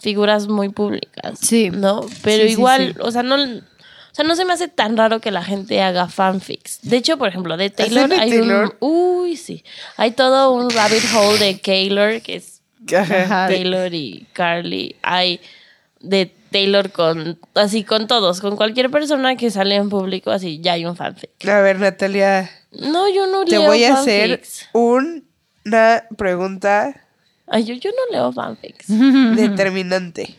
Speaker 2: figuras muy públicas.
Speaker 3: Sí.
Speaker 2: ¿No? Pero
Speaker 3: Sí, sí,
Speaker 2: igual,
Speaker 3: sí.
Speaker 2: o sea, no... O sea, no se me hace tan raro que la gente haga fanfics. De hecho, por ejemplo, de Taylor
Speaker 4: de
Speaker 2: hay
Speaker 4: Taylor?
Speaker 2: un... Uy, sí. Hay todo un rabbit hole de Taylor, que es
Speaker 4: Ajá.
Speaker 2: Taylor y Carly. Hay de Taylor con... Así, con todos. Con cualquier persona que sale en público, así, ya hay un fanfic.
Speaker 4: A ver, Natalia,
Speaker 2: No, yo no
Speaker 4: te
Speaker 2: leo
Speaker 4: voy a hacer
Speaker 2: fanfics.
Speaker 4: un- una pregunta
Speaker 2: Ay, yo, yo no leo fanfics.
Speaker 4: determinante.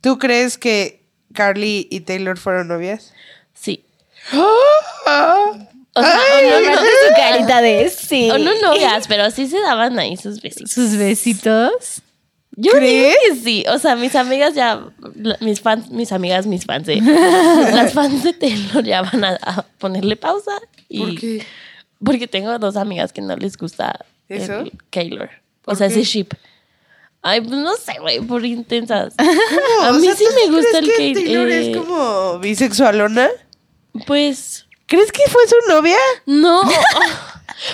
Speaker 4: ¿Tú crees que Carly y Taylor fueron novias?
Speaker 2: Sí.
Speaker 4: Ah,
Speaker 2: O sea, o no, no,
Speaker 3: su carita de sí.
Speaker 2: o no novias, pero sí se daban ahí sus besitos.
Speaker 3: Sus besitos.
Speaker 2: Yo
Speaker 4: ¿Crees?
Speaker 2: digo que sí. O sea, mis amigas ya, la- mis fans, mis amigas, mis fans, eh, las fans de Taylor ya van a, a ponerle pausa. Y,
Speaker 4: ¿Por qué?
Speaker 2: Porque tengo dos amigas que no les gusta
Speaker 4: ¿Eso?
Speaker 2: el Taylor. O
Speaker 4: ¿Por
Speaker 2: sea,
Speaker 4: qué?
Speaker 2: ese ship. Ay, pues no sé, güey, por intensas.
Speaker 4: No,
Speaker 2: a
Speaker 4: o
Speaker 2: mí
Speaker 4: sea,
Speaker 2: sí
Speaker 4: ¿tú
Speaker 2: me gusta el
Speaker 4: crees que
Speaker 2: Kate.
Speaker 4: Taylor
Speaker 2: eh,
Speaker 4: es como bisexualona?
Speaker 2: Pues
Speaker 4: ¿Crees que fue su novia?
Speaker 2: No.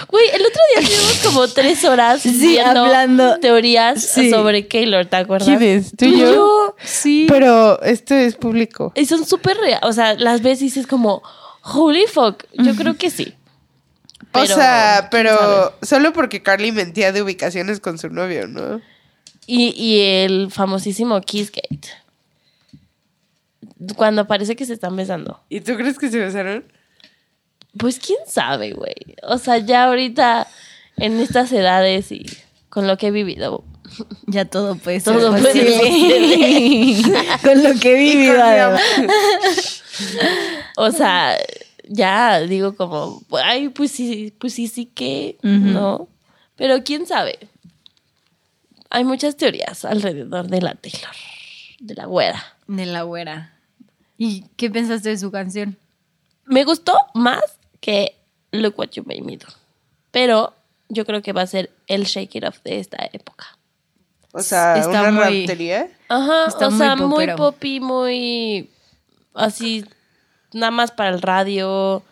Speaker 2: Güey, el otro día estuvimos como tres horas
Speaker 3: Sí,
Speaker 2: viendo
Speaker 3: hablando.
Speaker 2: teorías
Speaker 3: Sí.
Speaker 2: sobre Keylor, ¿te acuerdas?
Speaker 4: ¿Quién es? ¿Tú y
Speaker 2: y
Speaker 4: yo?
Speaker 2: yo.
Speaker 3: Sí.
Speaker 4: Pero esto es público.
Speaker 2: Y son súper reales. O sea, las ves y dices como, holy fuck. Yo creo que sí.
Speaker 4: o
Speaker 2: Pero,
Speaker 4: sea,
Speaker 2: ¿quién sabe?
Speaker 4: pero solo porque Carly mentía de ubicaciones con su novio, ¿no?
Speaker 2: Y, y el famosísimo Kissgate. Cuando parece que se están besando.
Speaker 4: ¿Y tú crees que se besaron?
Speaker 2: Pues quién sabe, güey. O sea, ya ahorita, en estas edades y con lo que he vivido,
Speaker 3: Ya todo puede ser
Speaker 2: Todo puede
Speaker 3: posible.
Speaker 2: ser
Speaker 3: Con lo que he vivido. además.
Speaker 2: O sea, ya digo como, ay, pues sí, pues sí, sí que, ¿no? Pero quién sabe. Hay muchas teorías alrededor de la Taylor, de la güera.
Speaker 3: De la güera. ¿Y qué pensaste de su canción?
Speaker 2: Me gustó más que Look What You Made Me Do. Pero yo creo que va a ser el Shake It Off de esta época.
Speaker 4: O sea,
Speaker 3: Está
Speaker 4: una
Speaker 3: muy-
Speaker 4: raptería.
Speaker 2: Ajá,
Speaker 3: Está
Speaker 2: o
Speaker 3: muy
Speaker 2: sea, muy,
Speaker 3: popero.
Speaker 2: poppy, muy así, nada más para el radio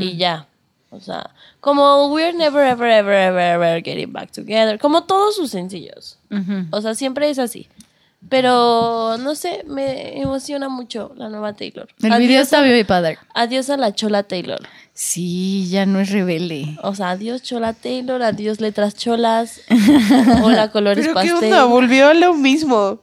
Speaker 2: y ya. O sea, como We're Never Ever Ever Ever Ever Getting Back Together, como todos sus sencillos. O sea, siempre es así. Pero no sé, me emociona mucho la nueva Taylor.
Speaker 3: El video
Speaker 2: adiós,
Speaker 3: está bien padre.
Speaker 2: adiós a la Chola Taylor.
Speaker 3: Sí, ya no es rebelde.
Speaker 2: O sea, adiós Chola Taylor, adiós letras cholas. Hola colores
Speaker 4: Pero qué
Speaker 2: pastel.
Speaker 4: onda, volvió a lo mismo.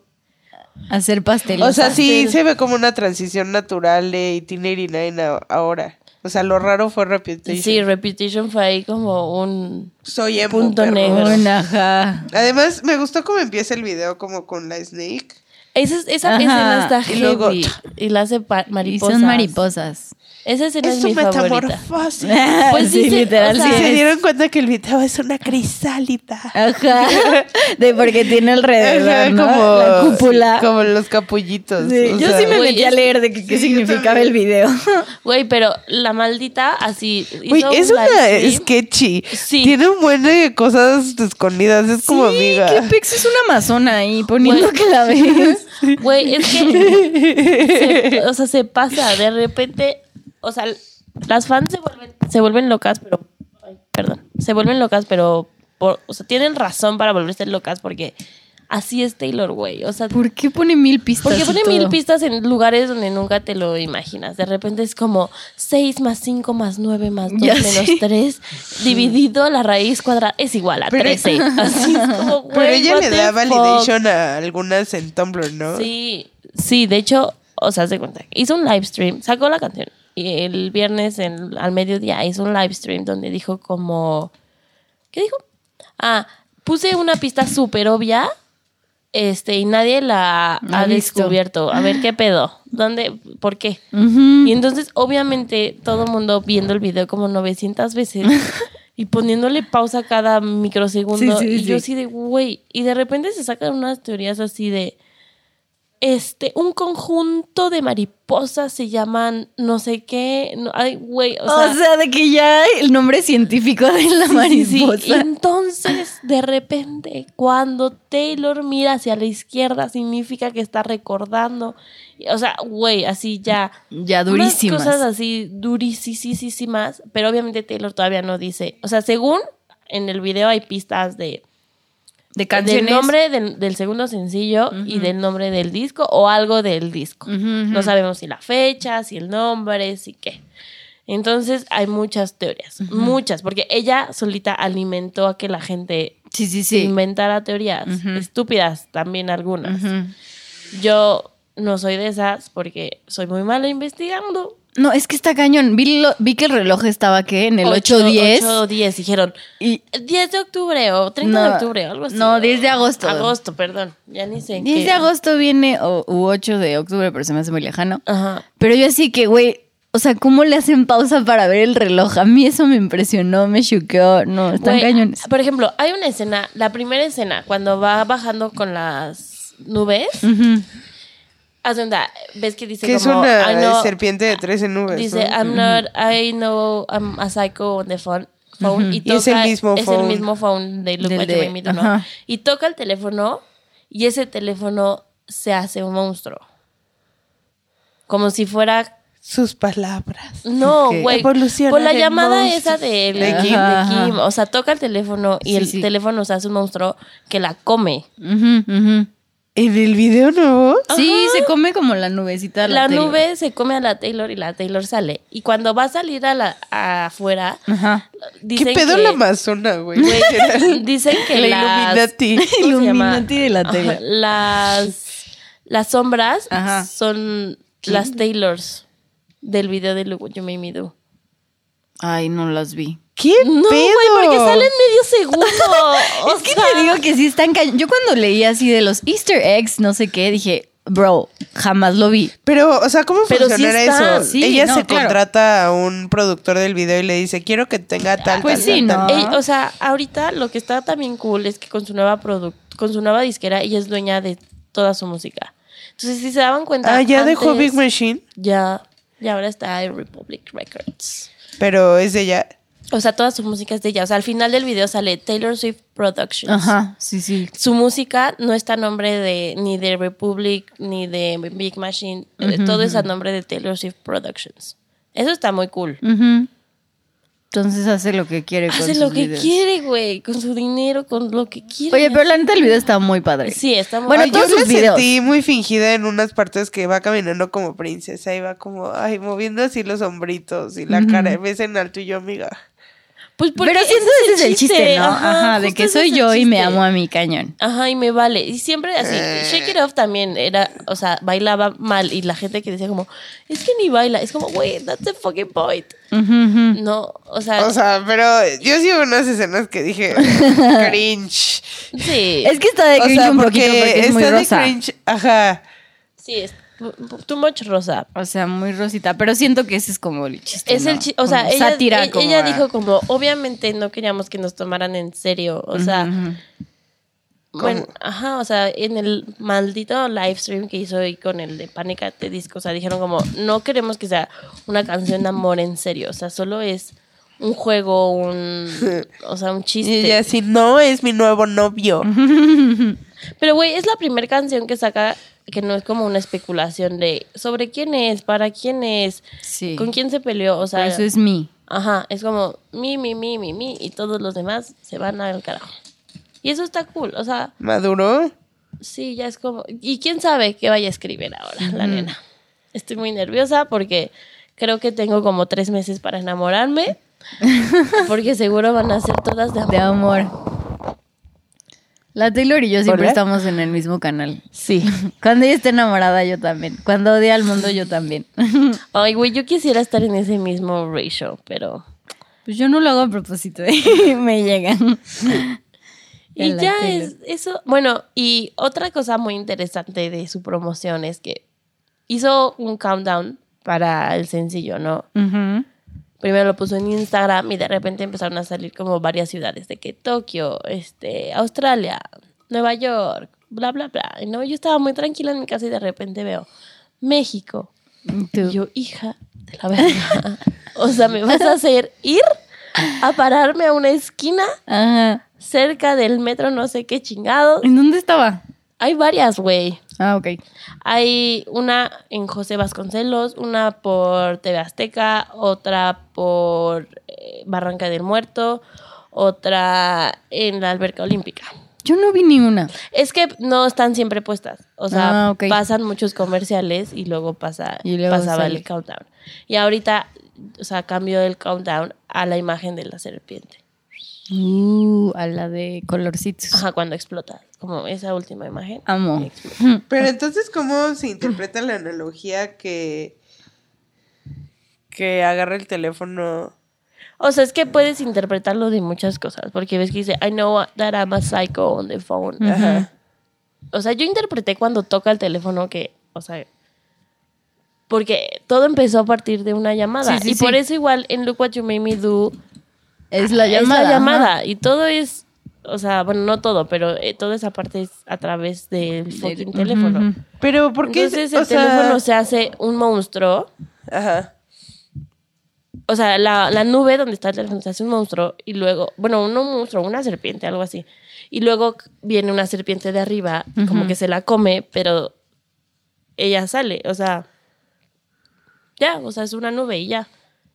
Speaker 3: Hacer pasteles.
Speaker 4: O sea, sí
Speaker 2: pastel.
Speaker 4: se ve como una transición natural de Teen 89 a- ahora. O sea, lo raro fue Reputation.
Speaker 2: Sí, Repetition fue ahí como un
Speaker 4: Soy emo,
Speaker 2: punto
Speaker 4: perro.
Speaker 2: negro.
Speaker 3: ajá.
Speaker 4: Además, me gustó cómo empieza el video como con la Snake.
Speaker 2: Esa, es- esa
Speaker 3: Ajá.
Speaker 2: escena está
Speaker 4: Y
Speaker 2: heavy.
Speaker 4: luego-
Speaker 2: y la hace pa-
Speaker 3: Y
Speaker 2: mariposas.
Speaker 3: son mariposas.
Speaker 2: Esa escena
Speaker 4: Es
Speaker 2: es,
Speaker 4: su
Speaker 2: mi favorita.
Speaker 4: metamorfosis.
Speaker 2: Pues sí, sí, o sea-
Speaker 4: Si se
Speaker 3: es.
Speaker 4: dieron cuenta que el video es una crisálida.
Speaker 3: Ajá. De porque tiene alrededor,
Speaker 4: Ajá,
Speaker 3: ¿no? la cúpula.
Speaker 4: sí, como los capullitos.
Speaker 3: Sí,
Speaker 4: o
Speaker 3: yo
Speaker 4: sea.
Speaker 3: sí me
Speaker 2: Güey,
Speaker 3: metí a
Speaker 2: es-
Speaker 3: leer de que- qué
Speaker 4: Sí, yo
Speaker 3: significaba
Speaker 4: también.
Speaker 3: el video.
Speaker 2: Güey, pero la maldita así.
Speaker 4: Güey,
Speaker 2: hizo
Speaker 4: es
Speaker 2: un
Speaker 4: una
Speaker 2: live stream.
Speaker 4: sketchy.
Speaker 2: Sí.
Speaker 4: Tiene un buen de cosas escondidas. Es como
Speaker 3: sí,
Speaker 4: amiga.
Speaker 3: qué pex es una amazona ahí poniendo
Speaker 2: Güey.
Speaker 3: que la ves.
Speaker 2: Güey, es que. se- o sea, se pasa. De repente. O sea, las fans se vuelven, se vuelven locas, pero. ay, perdón. Se vuelven locas, pero. por- o sea, tienen razón para volverse locas porque así es Taylor, güey. O sea,
Speaker 3: ¿Por qué pone mil pistas?
Speaker 2: porque
Speaker 3: y
Speaker 2: pone
Speaker 3: todo?
Speaker 2: mil pistas en lugares donde nunca te lo imaginas. De repente es como 6 más 5 más 9 más 2
Speaker 3: Ya
Speaker 2: menos
Speaker 3: sé.
Speaker 2: 3 dividido la raíz cuadrada es igual a
Speaker 4: Pero-
Speaker 2: 13. Así es como, güey,
Speaker 4: Pero ella
Speaker 2: what
Speaker 4: le
Speaker 2: the
Speaker 4: da
Speaker 2: fuck.
Speaker 4: validation a algunas en Tumblr, ¿no?
Speaker 2: Sí, sí, de hecho, o sea, se cuenta. Hizo un live stream, sacó la canción. Y el viernes en- al mediodía hizo un live stream donde dijo como... ¿Qué dijo? Ah, puse una pista súper obvia este, y nadie la
Speaker 3: La
Speaker 2: ha
Speaker 3: ha visto.
Speaker 2: descubierto. A ver, ¿qué pedo? ¿Dónde? ¿Por qué?
Speaker 3: Ujú.
Speaker 2: Y entonces, obviamente, todo el mundo viendo el video como 900 veces y poniéndole pausa cada microsegundo.
Speaker 3: Sí, sí,
Speaker 2: y yo
Speaker 3: sí.
Speaker 2: así de, güey. Y de repente se sacan unas teorías así de. Este, un conjunto de mariposas se llaman no sé qué. no- ay, güey. O
Speaker 3: O sea,
Speaker 2: sea,
Speaker 3: de que ya el nombre científico de la
Speaker 2: sí, sí, sí.
Speaker 3: mariposa.
Speaker 2: Y entonces, de repente, cuando Taylor mira hacia la izquierda, significa que está recordando. Y, O sea, güey, así ya.
Speaker 3: Ya durísimas.
Speaker 2: Unas cosas así durísimas, pero obviamente Taylor todavía no dice. O sea, según en el video hay pistas de
Speaker 3: de canciones.
Speaker 2: del nombre del, del segundo sencillo y del nombre del disco o algo del disco.
Speaker 3: Ujú, ujú.
Speaker 2: No sabemos si la fecha, si el nombre, si qué. Entonces hay muchas teorías, muchas, porque ella solita alimentó a que la gente
Speaker 3: Sí, sí, sí.
Speaker 2: inventara teorías
Speaker 3: Ujú.
Speaker 2: estúpidas también algunas.
Speaker 3: Ujú.
Speaker 2: Yo no soy de esas porque soy muy mala investigando.
Speaker 3: No, es que está cañón. Vi, lo- vi que el reloj estaba que en el
Speaker 2: Ocho-
Speaker 3: 8-10.
Speaker 2: 8-10, dijeron.
Speaker 3: Y
Speaker 2: 10 de octubre o 30 de
Speaker 3: No,
Speaker 2: octubre, algo así.
Speaker 3: no, 10 de agosto.
Speaker 2: Agosto, perdón. Ya ni sé.
Speaker 3: 10
Speaker 2: qué.
Speaker 3: de agosto viene, o, u 8 de octubre, pero se me hace muy lejano.
Speaker 2: Ajá.
Speaker 3: Pero yo así que, güey, o sea, ¿cómo le hacen pausa para ver el reloj? A mí eso me impresionó, me choqueó. No, están
Speaker 2: Güey, ah,
Speaker 3: cañones.
Speaker 2: Por ejemplo, hay una escena, la primera escena, cuando va bajando con las nubes,
Speaker 3: Ujú.
Speaker 2: haz de onda, ves que dice
Speaker 4: Que es
Speaker 2: como,
Speaker 4: una
Speaker 2: "I know-
Speaker 4: serpiente de 13 nubes.
Speaker 2: Dice,
Speaker 4: ¿no?
Speaker 2: I'm not, I know I'm a psycho on the phone. phone", y,
Speaker 4: Y es el
Speaker 2: toca-
Speaker 4: mismo
Speaker 2: es
Speaker 4: phone.
Speaker 2: el mismo phone de Look
Speaker 3: Del
Speaker 2: What You
Speaker 3: de-
Speaker 2: Made Me Do, ¿no?
Speaker 3: ajá.
Speaker 2: Y toca el teléfono y ese teléfono se hace un monstruo. Como si fuera
Speaker 4: Sus palabras.
Speaker 2: No,
Speaker 3: Ok.
Speaker 2: güey. Por
Speaker 4: Evoluciona
Speaker 2: la
Speaker 4: del
Speaker 2: llamada
Speaker 4: monstruo.
Speaker 2: esa
Speaker 4: De
Speaker 2: de, de
Speaker 4: Kim.
Speaker 2: Kim.
Speaker 3: Ajá.
Speaker 2: O sea, toca el teléfono y
Speaker 3: Sí,
Speaker 2: el
Speaker 3: sí.
Speaker 2: teléfono se hace un monstruo que la come.
Speaker 3: Ujú, ujú.
Speaker 4: En el video nuevo.
Speaker 3: Sí, se come como la nubecita.
Speaker 2: La
Speaker 3: tele.
Speaker 2: nube se come a la Taylor y la Taylor sale. Y cuando va a salir a la, afuera,
Speaker 3: Ajá.
Speaker 2: dicen
Speaker 4: ¿Qué pedo
Speaker 2: que,
Speaker 4: la Amazona, güey?
Speaker 2: güey, dicen que
Speaker 4: La
Speaker 2: las-
Speaker 4: Illuminati.
Speaker 2: ¿cómo se llama?
Speaker 3: Illuminati de la
Speaker 2: Ajá,
Speaker 3: Taylor.
Speaker 2: Las, las sombras
Speaker 3: Ajá.
Speaker 2: son las Taylors del video de Look What You Made Me Do.
Speaker 3: Ay, no las vi.
Speaker 4: ¿Qué
Speaker 2: No, güey,
Speaker 4: pedo?
Speaker 2: porque salen medio segundo. O
Speaker 3: Es que
Speaker 2: sea,
Speaker 3: te digo que sí están cañones. Yo cuando leí así de los Easter eggs, no sé qué, dije, bro, jamás lo vi.
Speaker 4: Pero, o sea, ¿cómo
Speaker 2: Pero sí
Speaker 4: funcionará
Speaker 2: está,
Speaker 4: eso?
Speaker 3: sí,
Speaker 4: Ella
Speaker 3: no,
Speaker 4: se
Speaker 3: claro.
Speaker 4: contrata a un productor del video y le dice, quiero que tenga
Speaker 2: Ah,
Speaker 4: tal, tal,
Speaker 3: Pues
Speaker 4: tal,
Speaker 3: sí, ¿no?
Speaker 4: tal".
Speaker 2: Ey, o sea, ahorita lo que está también cool es que con su nueva product, con su nueva disquera, ella es dueña de toda su música. Entonces, si se daban cuenta.
Speaker 4: Ah, ya
Speaker 2: antes,
Speaker 4: dejó Big Machine,
Speaker 2: Ya, y ahora está en Republic Records.
Speaker 4: pero es de ella.
Speaker 2: O sea, toda su música es de ella. O sea, al final del video sale Taylor Swift Productions.
Speaker 3: Ajá, sí, sí.
Speaker 2: Su música no está a nombre de ni de Republic ni de Big Machine. Eh, Todo es a nombre de Taylor Swift Productions. Eso está muy cool.
Speaker 3: Ujú. Entonces hace lo que quiere. con
Speaker 2: Hace
Speaker 3: sus
Speaker 2: lo que
Speaker 3: videos.
Speaker 2: quiere, güey. Con su dinero, con lo que quiere.
Speaker 3: Oye, pero la neta el video está muy padre.
Speaker 2: Sí, está muy
Speaker 3: Bueno,
Speaker 2: Ay,
Speaker 4: yo
Speaker 3: todos
Speaker 4: me
Speaker 3: sus videos.
Speaker 4: sentí muy fingida en unas partes que va caminando como princesa y va como, ay, moviendo así los hombritos y la cara, ves en alto y yo, amiga.
Speaker 2: Pues porque
Speaker 3: Pero
Speaker 2: ese
Speaker 3: siento ese es el chiste, ¿no? Ajá, de
Speaker 2: justo
Speaker 3: que
Speaker 2: ese
Speaker 3: soy
Speaker 2: es el
Speaker 3: yo y me
Speaker 2: chiste.
Speaker 3: amo a mi cañón.
Speaker 2: Ajá, y me vale. Y siempre así, Shake It Off también era, o sea, bailaba mal y la gente que decía como, es que ni baila, es como, güey, that's the fucking point.
Speaker 3: Ujú, ujú.
Speaker 2: No, o sea,
Speaker 4: O sea, pero yo sí hubo unas escenas que dije, cringe.
Speaker 2: sí,
Speaker 3: Es que está de
Speaker 4: o
Speaker 3: cringe
Speaker 4: sea,
Speaker 3: un poquito porque es muy
Speaker 4: está
Speaker 3: rosa.
Speaker 4: de cringe, ajá.
Speaker 2: sí, es too much rosa.
Speaker 3: O sea, muy rosita. Pero siento que ese es como el chiste.
Speaker 2: Es
Speaker 3: Este, ¿no?
Speaker 2: el chi- o sea,
Speaker 3: Como
Speaker 2: ella,
Speaker 3: sátira,
Speaker 2: e-
Speaker 3: como
Speaker 2: ella
Speaker 3: a-
Speaker 2: dijo como, obviamente no queríamos que nos tomaran en serio, o sea,
Speaker 3: Ujú,
Speaker 2: Bueno,
Speaker 4: ¿Cómo?
Speaker 2: ajá, o sea, en el maldito live stream que hizo hoy con el de Pánica de Disco, o sea, dijeron como, no queremos que sea una canción de amor en serio, o sea, solo es un juego, un, o sea, un
Speaker 4: Y
Speaker 2: chiste.
Speaker 4: ella así, no es mi nuevo novio.
Speaker 2: Pero, güey, es la primera canción que saca que no es como una especulación de sobre quién es, para quién es,
Speaker 3: Sí.
Speaker 2: con quién se peleó. O sea,
Speaker 3: eso es mi.
Speaker 2: ajá, es como mi, mi, mi, mi, mi, y todos los demás se van al carajo. Y eso está cool. O sea,
Speaker 4: ¿Maduro?
Speaker 2: sí, ya es como. Y quién sabe qué vaya a escribir ahora, la nena. Estoy muy nerviosa porque creo que tengo como tres meses para enamorarme. Porque seguro van a ser todas de amor.
Speaker 3: De amor. La Taylor y yo siempre
Speaker 4: ¿Hola?
Speaker 3: estamos en el mismo canal.
Speaker 4: Sí.
Speaker 3: Cuando ella está enamorada, yo también. Cuando odia al mundo, yo también.
Speaker 2: Ay, güey, yo quisiera estar en ese mismo ratio, pero.
Speaker 3: Pues yo no lo hago a propósito, ¿eh? me llegan. Ya
Speaker 2: Y
Speaker 3: la
Speaker 2: ya
Speaker 3: tele.
Speaker 2: es eso. Bueno, y otra cosa muy interesante de su promoción es que hizo un countdown para el sencillo, ¿no? Primero lo puso en Instagram y de repente empezaron a salir como varias ciudades de que Tokio, este, Australia, Nueva York, bla, bla, bla. Y no, yo estaba muy tranquila en mi casa y de repente veo México.
Speaker 3: Y
Speaker 2: Y
Speaker 3: tú,
Speaker 2: yo, hija de la verga. o sea, ¿me vas a hacer ir a pararme a una esquina
Speaker 3: Ajá.
Speaker 2: cerca del metro no sé qué chingados?
Speaker 3: ¿En dónde estaba?
Speaker 2: Hay varias, güey.
Speaker 3: Ah, ok.
Speaker 2: Hay una en José Vasconcelos, una por TV Azteca, otra por eh, Barranca del Muerto, otra en la Alberca Olímpica.
Speaker 3: Yo no vi ni una.
Speaker 2: Es que no están siempre puestas. O sea,
Speaker 3: Ah, ok.
Speaker 2: pasan muchos comerciales y luego, pasa,
Speaker 3: Y luego
Speaker 2: pasaba
Speaker 3: sale.
Speaker 2: el countdown. Y ahorita, o sea, cambió el countdown a la imagen de la serpiente.
Speaker 3: Uh, a la de colorcitos.
Speaker 2: Ajá, cuando explota. Como esa última imagen.
Speaker 3: Amo.
Speaker 2: Explota.
Speaker 4: Pero entonces, ¿cómo se interpreta la analogía que, que agarra el teléfono?
Speaker 2: O sea, es que puedes interpretarlo de muchas cosas, porque ves que dice, I know that I'm a psycho on the phone.
Speaker 4: Ajá.
Speaker 2: O sea, yo interpreté cuando toca el teléfono que, o sea, porque todo empezó a partir de una llamada.
Speaker 3: Sí, sí,
Speaker 2: y
Speaker 3: sí.
Speaker 2: por eso igual en Look What You Made Me Do
Speaker 3: Es la
Speaker 2: es
Speaker 3: llamada.
Speaker 2: la
Speaker 3: ajá.
Speaker 2: llamada. Y todo es, o sea, bueno, no todo, pero eh, toda esa parte es a través del fucking
Speaker 3: Ujú,
Speaker 2: teléfono.
Speaker 3: ujú.
Speaker 4: Pero ¿por qué?
Speaker 2: Entonces
Speaker 4: o
Speaker 2: el
Speaker 4: sea,
Speaker 2: teléfono se hace un monstruo.
Speaker 4: Ajá.
Speaker 2: O sea, la, la nube donde está el teléfono se hace un monstruo y luego, bueno, no un monstruo, una serpiente, algo así. Y luego viene una serpiente de arriba, y como que se la come, pero ella sale, o sea, ya, o sea, es una nube y ya,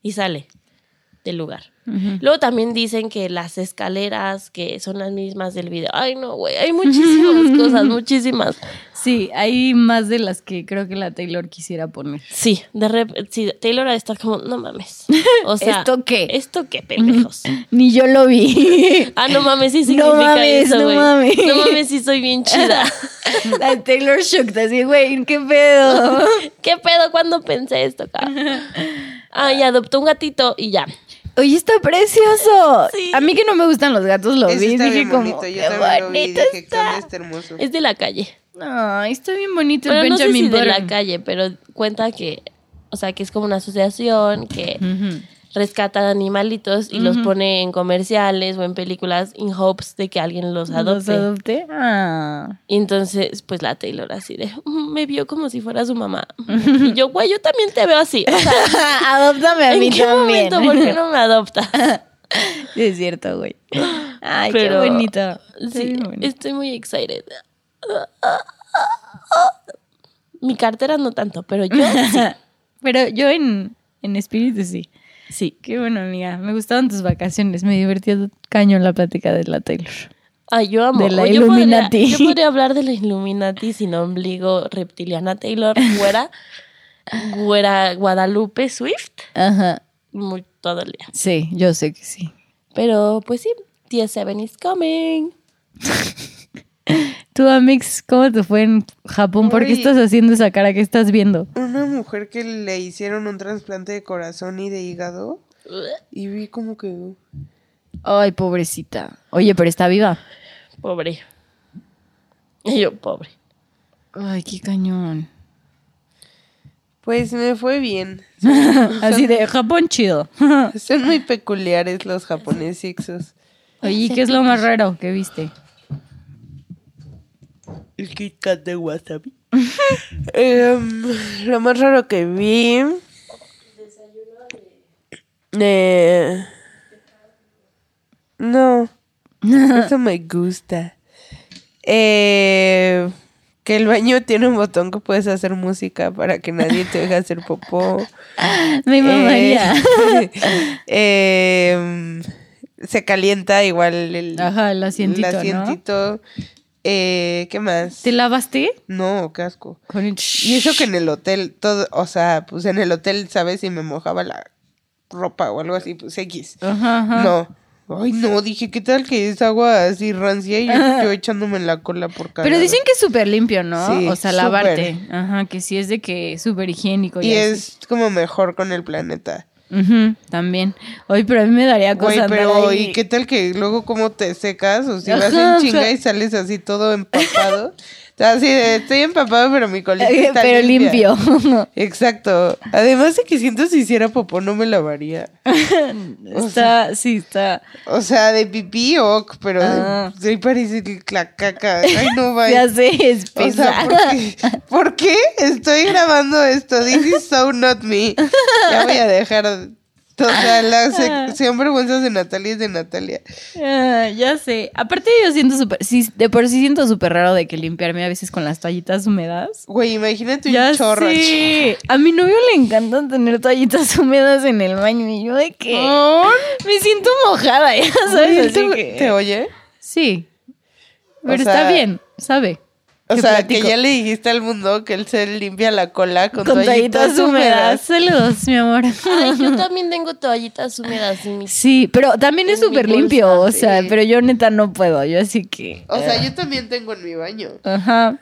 Speaker 2: y sale del lugar. Luego también dicen que las escaleras que son las mismas del video. Ay, no, güey, hay muchísimas cosas, muchísimas.
Speaker 3: Sí, hay más de las que creo que la Taylor quisiera poner.
Speaker 2: Sí, de repente, sí, Taylor está como, no mames. O sea,
Speaker 3: ¿Esto qué?
Speaker 2: ¿Esto qué, pendejos?
Speaker 3: Ni yo lo vi.
Speaker 2: Ah, no mames, sí
Speaker 3: No
Speaker 2: significa
Speaker 3: mames,
Speaker 2: eso,
Speaker 3: no
Speaker 2: güey.
Speaker 3: mames.
Speaker 2: No mames, sí soy bien chida.
Speaker 3: La Taylor shook, así, güey, ¿qué pedo?
Speaker 2: ¿Qué pedo cuando pensé esto, cabrón? Ah, y adoptó un gatito y ya.
Speaker 3: Oye, está precioso.
Speaker 2: Sí.
Speaker 3: A mí que no me gustan los gatos, lo
Speaker 4: Ese
Speaker 3: vi.
Speaker 4: está
Speaker 3: Dije
Speaker 4: bien
Speaker 3: como,
Speaker 4: bonito, yo
Speaker 3: qué
Speaker 4: también lo vi,
Speaker 3: bonito
Speaker 4: dije,
Speaker 3: está.
Speaker 4: "Cambio está hermoso.
Speaker 2: Es de la calle.
Speaker 3: Ay, está bien bonito
Speaker 2: Pero
Speaker 3: el
Speaker 2: no sé si
Speaker 3: Benjamin
Speaker 2: de la
Speaker 3: Button.
Speaker 2: calle, pero cuenta que, o sea, que es como una asociación que rescata animalitos y los pone en comerciales o en películas in hopes de que alguien los
Speaker 3: Ujú. Los
Speaker 2: adopte.
Speaker 3: adopté. Ah.
Speaker 2: y entonces, pues la Taylor así de, "Mm, me vio como si fuera su mamá. Y yo, güey, yo también te veo así. O sea,
Speaker 3: Adóptame a mí
Speaker 2: ¿En qué
Speaker 3: también.
Speaker 2: momento? ¿Por qué no me adopta?
Speaker 3: Sí, es cierto, güey. Ay,
Speaker 2: Pero-
Speaker 3: qué bonito. Está
Speaker 2: Sí,
Speaker 3: bien bonito.
Speaker 2: estoy muy excited. Mi cartera no tanto, pero yo sí.
Speaker 3: Pero yo en, en espíritu sí.
Speaker 2: Sí.
Speaker 3: Qué bueno, amiga. Me gustaban tus vacaciones. Me divertía caño la plática de la Taylor.
Speaker 2: Ay, yo amo.
Speaker 3: De la
Speaker 2: O yo podría-
Speaker 3: Illuminati.
Speaker 2: yo podría hablar de la Illuminati sin ombligo reptiliana Taylor, güera, güera Guadalupe Swift,
Speaker 3: Ajá.
Speaker 2: muy, todo el día.
Speaker 3: Sí, yo sé que sí.
Speaker 2: Pero pues sí, TS7 is coming.
Speaker 3: Tú, Amix, ¿cómo te fue en Japón? ¿Por qué
Speaker 4: Uy.
Speaker 3: estás haciendo esa cara? ¿Qué estás viendo?
Speaker 4: Una mujer que le hicieron un trasplante de corazón y de hígado y vi cómo quedó.
Speaker 3: Ay, pobrecita. Oye, pero está viva.
Speaker 2: Pobre. Y yo, pobre.
Speaker 3: Ay, qué cañón.
Speaker 4: Pues me fue bien.
Speaker 3: Así de Japón chido.
Speaker 4: Son muy peculiares los japoneses.
Speaker 3: Oye, ¿y ¿qué es lo más raro que viste?
Speaker 4: El Kit Kat de wasabi. Em, lo más raro que vi. Eh, no. Eso me gusta. eh, que el baño tiene un botón que puedes hacer música para que nadie te deje hacer popó.
Speaker 3: Mi mamá
Speaker 4: Eh,
Speaker 3: ya.
Speaker 4: eh, se calienta igual el,
Speaker 3: Ajá, el asientito,
Speaker 4: el
Speaker 3: ¿no?
Speaker 4: asientito. Eh, ¿Qué más?
Speaker 3: ¿Te lavaste?
Speaker 4: No, casco.
Speaker 3: Con el...
Speaker 4: Y eso que en el hotel, todo, o sea, pues en el hotel, ¿sabes? Si me mojaba la ropa o algo así, pues X.
Speaker 3: Ajá, ajá.
Speaker 4: No. Ay, no, dije, ¿qué tal que es agua así rancia y yo, yo echándome en la cola por cada
Speaker 3: Pero dicen que es súper limpio, ¿no?
Speaker 4: Sí,
Speaker 3: o sea,
Speaker 4: súper.
Speaker 3: lavarte. Ajá, que sí es de que súper higiénico.
Speaker 4: Y
Speaker 3: ya
Speaker 4: es como mejor con el planeta.
Speaker 3: Ujú, también. Oye, pero a mí me daría cosa
Speaker 4: Güey,
Speaker 3: andar
Speaker 4: pero
Speaker 3: ahí.
Speaker 4: ¿y qué tal que luego como te secas? O si vas
Speaker 3: Ajá,
Speaker 4: en
Speaker 3: o
Speaker 4: chinga
Speaker 3: sea-
Speaker 4: y sales así todo empapado. O sea, así de, estoy empapado, pero mi colita
Speaker 3: Eh,
Speaker 4: está
Speaker 3: Pero
Speaker 4: limpia".
Speaker 3: limpio.
Speaker 4: Exacto. Además de que siento si hiciera popó no me lavaría.
Speaker 3: está, sí, está.
Speaker 4: O sea, de pipí ok, pero de-
Speaker 3: Ah.
Speaker 4: sí parece que la caca. Ay, no va.
Speaker 3: Ya sé, es
Speaker 4: O sea,
Speaker 3: pesado.
Speaker 4: ¿por qué, por qué estoy grabando esto? This is so not me. Ya voy a dejar. O sea, la sección vergüenzas de Natalia es de Natalia.
Speaker 3: Ah, ya sé. Aparte yo siento súper, sí, de por sí siento súper raro de que limpiarme a veces con las toallitas húmedas.
Speaker 4: Güey, imagínate un
Speaker 3: Ya
Speaker 4: chorro.
Speaker 3: sé. A mi novio le encantan tener toallitas húmedas en el baño y yo de que me siento mojada, ya
Speaker 4: Güey,
Speaker 3: sabes.
Speaker 4: ¿él
Speaker 3: así
Speaker 4: ¿Te,
Speaker 3: que-
Speaker 4: te oye?
Speaker 3: Sí.
Speaker 4: O
Speaker 3: Pero
Speaker 4: sea-
Speaker 3: está bien, sabe.
Speaker 4: O
Speaker 3: que
Speaker 4: sea,
Speaker 3: platico.
Speaker 4: que ya le dijiste al mundo que él se limpia la cola con,
Speaker 3: con toallitas húmedas. Saludos, mi amor.
Speaker 2: Ay, yo también tengo toallitas húmedas en mis...
Speaker 3: Sí, pero también es
Speaker 2: En mi
Speaker 3: súper
Speaker 2: bolsa,
Speaker 3: limpio, o sea,
Speaker 4: sí.
Speaker 3: pero yo neta no puedo, yo así que...
Speaker 4: O sea, yo también tengo en mi baño.
Speaker 3: Ajá,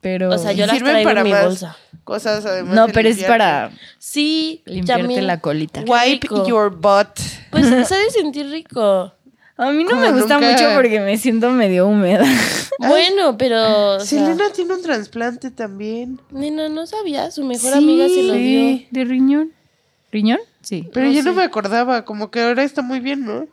Speaker 3: pero...
Speaker 2: O sea, yo
Speaker 4: Y
Speaker 2: las traigo en mi
Speaker 4: más
Speaker 2: bolsa.
Speaker 4: Cosas además.
Speaker 3: No,
Speaker 4: de
Speaker 3: pero es
Speaker 4: limpiarte.
Speaker 3: para
Speaker 2: Sí,
Speaker 3: limpiarte
Speaker 2: también.
Speaker 3: la colita.
Speaker 2: Guau.
Speaker 4: Wipe
Speaker 2: rico.
Speaker 4: your butt.
Speaker 2: Pues se ha de sentir rico.
Speaker 3: A mí no
Speaker 4: Como
Speaker 3: me gusta
Speaker 4: nunca-
Speaker 3: mucho porque me siento medio húmeda.
Speaker 2: Bueno, pero. o sea,
Speaker 4: Selena tiene un trasplante también.
Speaker 2: Nena, no sabía. Su mejor amiga se lo dio.
Speaker 3: Sí, ¿De riñón? ¿Riñón? Sí.
Speaker 4: Pero
Speaker 2: No
Speaker 4: yo no
Speaker 2: sé.
Speaker 4: me acordaba, como que ahora está muy bien, ¿no?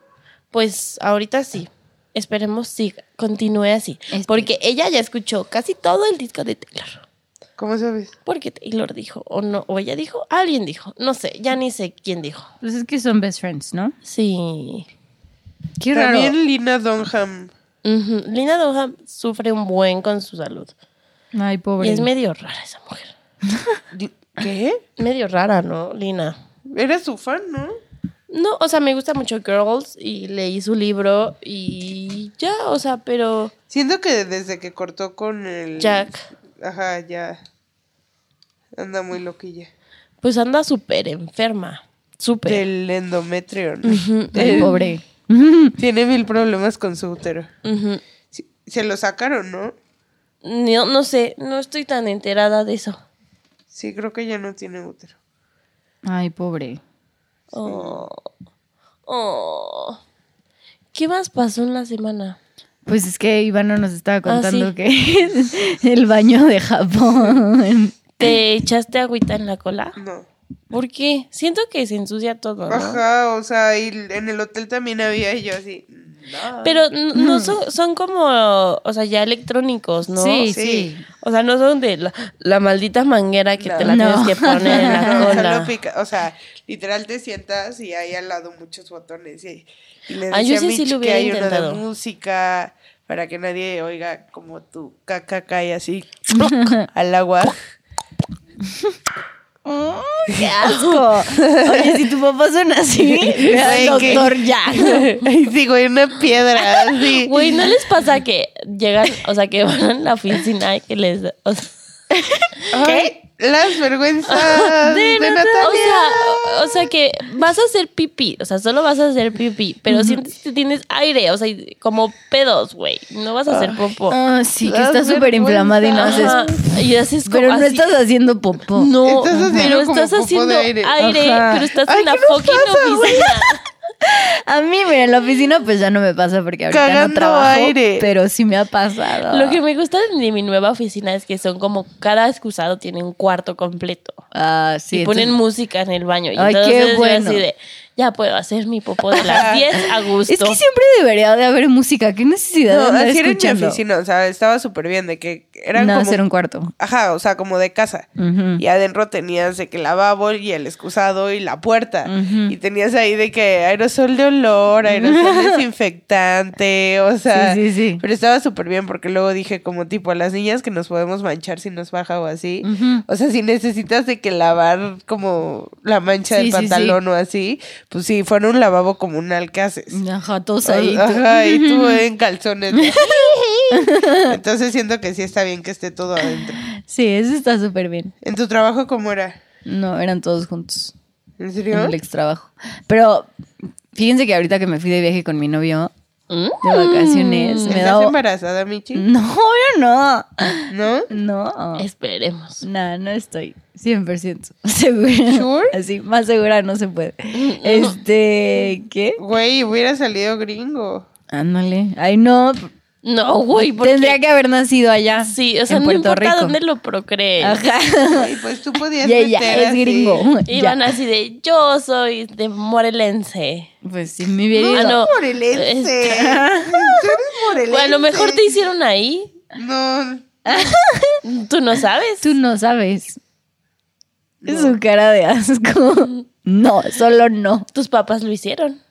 Speaker 2: Pues ahorita sí. Esperemos sí, continúe así.
Speaker 3: Espero.
Speaker 2: Porque ella ya escuchó casi todo el disco de Taylor.
Speaker 4: ¿Cómo sabes?
Speaker 2: Porque Taylor dijo, o no, o ella dijo, alguien dijo. No sé, ya ni sé quién dijo.
Speaker 3: Pues es que son best friends, ¿no?
Speaker 2: Sí.
Speaker 3: Qué raro.
Speaker 4: también Lina Donham.
Speaker 2: Ujú. Lina Dunham sufre un buen con su salud.
Speaker 3: Ay, pobre.
Speaker 2: Y es medio rara esa mujer.
Speaker 4: Di- ¿Qué?
Speaker 2: Medio rara, ¿no, Lina?
Speaker 4: Era su fan, ¿no?
Speaker 2: No, o sea, me gusta mucho Girls y leí su libro y ya, o sea, pero
Speaker 4: Siento que desde que cortó con el...
Speaker 2: Jack,
Speaker 4: Ajá, ya. Anda muy loquilla.
Speaker 2: pues anda súper enferma, súper.
Speaker 4: Del endometrio, ¿no?
Speaker 3: Ay, pobre.
Speaker 4: Tiene mil problemas con su útero.
Speaker 2: Ujú.
Speaker 4: Sí, Se lo sacaron, ¿no?
Speaker 2: No, no sé, no estoy tan enterada de eso.
Speaker 4: Sí, creo que ya no tiene útero.
Speaker 3: Ay, pobre.
Speaker 2: Oh. Oh. ¿Qué más pasó en la semana?
Speaker 3: Pues es que Ivano nos estaba
Speaker 2: Ah,
Speaker 3: contando
Speaker 2: sí.
Speaker 3: que el baño de Japón.
Speaker 2: ¿Te echaste agüita en la cola?
Speaker 4: No.
Speaker 2: ¿Por qué? Siento que se ensucia todo, ¿no?
Speaker 4: Ajá, o sea, y en el hotel también había y yo así. No.
Speaker 2: Pero n- no son, son como, o sea, ya electrónicos, ¿no?
Speaker 3: Sí, sí.
Speaker 4: Sí.
Speaker 2: O sea, no son de la, la maldita manguera que te la
Speaker 3: No.
Speaker 2: tienes que poner en la
Speaker 4: No, o sea,
Speaker 2: cola.
Speaker 4: lo pica- o sea, literal te sientas y hay al lado muchos botones. Y, y les
Speaker 2: Ah, yo
Speaker 4: decía a
Speaker 2: sí, sí
Speaker 4: Mitch
Speaker 2: lo
Speaker 4: que
Speaker 2: hubiera
Speaker 4: hay uno de
Speaker 2: intentado.
Speaker 4: música para que nadie oiga como tu caca cae así al agua.
Speaker 3: ¡Qué asco! Oye, si tu papá suena así, ve al
Speaker 4: Güey, ¿qué?
Speaker 3: doctor ya.
Speaker 4: Ay, sí, güey, una piedra así.
Speaker 2: Güey, ¿no les pasa que llegan, o sea, que van a la oficina y que les... o sea,
Speaker 4: Ay, Las vergüenzas Ah, de, Natalia.
Speaker 2: O sea, o sea que vas a hacer pipí, o sea, solo vas a hacer pipí, pero sientes que tienes aire, o sea, y como pedos, güey, no vas a hacer popó.
Speaker 3: Ah, sí, que
Speaker 4: Las
Speaker 3: está súper inflamada y no haces.
Speaker 2: Ajá, y haces como
Speaker 3: Pero no
Speaker 2: así.
Speaker 3: estás haciendo popó.
Speaker 2: No,
Speaker 4: Estás haciendo
Speaker 2: pero
Speaker 4: como
Speaker 2: estás
Speaker 4: popó de
Speaker 2: haciendo
Speaker 4: aire.
Speaker 2: aire,
Speaker 3: Ajá.
Speaker 2: pero estás
Speaker 4: Ay,
Speaker 2: en la
Speaker 4: ¿qué nos
Speaker 2: fucking
Speaker 4: pasa, güey?
Speaker 2: oficina.
Speaker 3: A mí, mira, en la oficina pues ya no me pasa porque ahorita no
Speaker 4: Cagando
Speaker 3: trabajo,
Speaker 4: aire.
Speaker 3: pero sí me ha pasado.
Speaker 2: Lo que me gusta de mi nueva oficina es que son como cada excusado tiene un cuarto completo.
Speaker 3: Ah, sí.
Speaker 2: y ponen
Speaker 3: entonces-
Speaker 2: música en el baño. Y
Speaker 3: Ay, qué
Speaker 2: entonces yo
Speaker 3: bueno.
Speaker 2: así de, ya puedo hacer mi popó de las 10 a gusto.
Speaker 3: Es que siempre debería de haber música. ¿Qué necesidad de
Speaker 4: No,
Speaker 3: andar
Speaker 4: así era en mi
Speaker 3: escuchando?
Speaker 4: oficina, o sea, estaba súper bien, de que eran
Speaker 3: no,
Speaker 4: como...
Speaker 3: hacer un cuarto.
Speaker 4: Ajá, o sea, como de casa.
Speaker 3: Ujú.
Speaker 4: Y adentro tenías de que el lavabo y el excusado y la puerta.
Speaker 3: Ujú.
Speaker 4: Y tenías ahí de que aerosol de olor, aerosol desinfectante, o sea...
Speaker 3: sí, sí, sí.
Speaker 4: Pero estaba súper bien porque luego dije como tipo a las niñas que nos podemos manchar si nos baja o así.
Speaker 3: Ujú.
Speaker 4: O sea, si necesitas de que lavar como la mancha
Speaker 3: Sí,
Speaker 4: del
Speaker 3: sí, sí.
Speaker 4: pantalón o así, pues sí, fuera un lavabo comunal que haces.
Speaker 3: Ajá, todos ahí. tú-
Speaker 4: Ajá, y tú en calzones. Entonces siento que sí está bien que esté todo adentro.
Speaker 3: Sí, eso está súper bien.
Speaker 4: ¿En tu trabajo cómo era?
Speaker 3: No, eran todos juntos.
Speaker 4: ¿En
Speaker 3: en
Speaker 4: serio?
Speaker 3: el ex trabajo. Pero fíjense que ahorita que me fui de viaje con mi novio
Speaker 2: Mm.
Speaker 3: de vacaciones, me
Speaker 4: Mm. ¿Estás
Speaker 3: da.
Speaker 4: embarazada, Michi?
Speaker 3: No, yo no.
Speaker 4: ¿No?
Speaker 3: No.
Speaker 2: Esperemos.
Speaker 3: No, no estoy 100% segura.
Speaker 4: ¿Sure?
Speaker 3: Así, más segura no se puede. Este, ¿qué?
Speaker 4: Güey, hubiera salido gringo.
Speaker 3: Ándale. Ay, no.
Speaker 2: No, güey, porque...
Speaker 3: Tendría que haber nacido allá.
Speaker 2: Sí, o sea,
Speaker 3: en
Speaker 2: no
Speaker 3: Puerto
Speaker 2: importa
Speaker 3: Rico.
Speaker 2: dónde lo procrees.
Speaker 3: Ajá.
Speaker 4: Güey, pues tú podías
Speaker 3: Y ella
Speaker 4: meter
Speaker 3: es
Speaker 4: así.
Speaker 3: gringo.
Speaker 2: Iban
Speaker 3: Ya.
Speaker 2: así de, yo soy de morelense.
Speaker 3: Pues sí, me hubiera
Speaker 2: Ah,
Speaker 3: ido.
Speaker 2: no.
Speaker 4: Morelense. Tú
Speaker 2: Es-
Speaker 4: eres morelense.
Speaker 2: Bueno, mejor te hicieron ahí.
Speaker 4: No.
Speaker 2: Tú no sabes.
Speaker 3: Tú no sabes.
Speaker 4: No.
Speaker 3: Su cara de asco. No, solo no.
Speaker 2: Tus papás lo hicieron.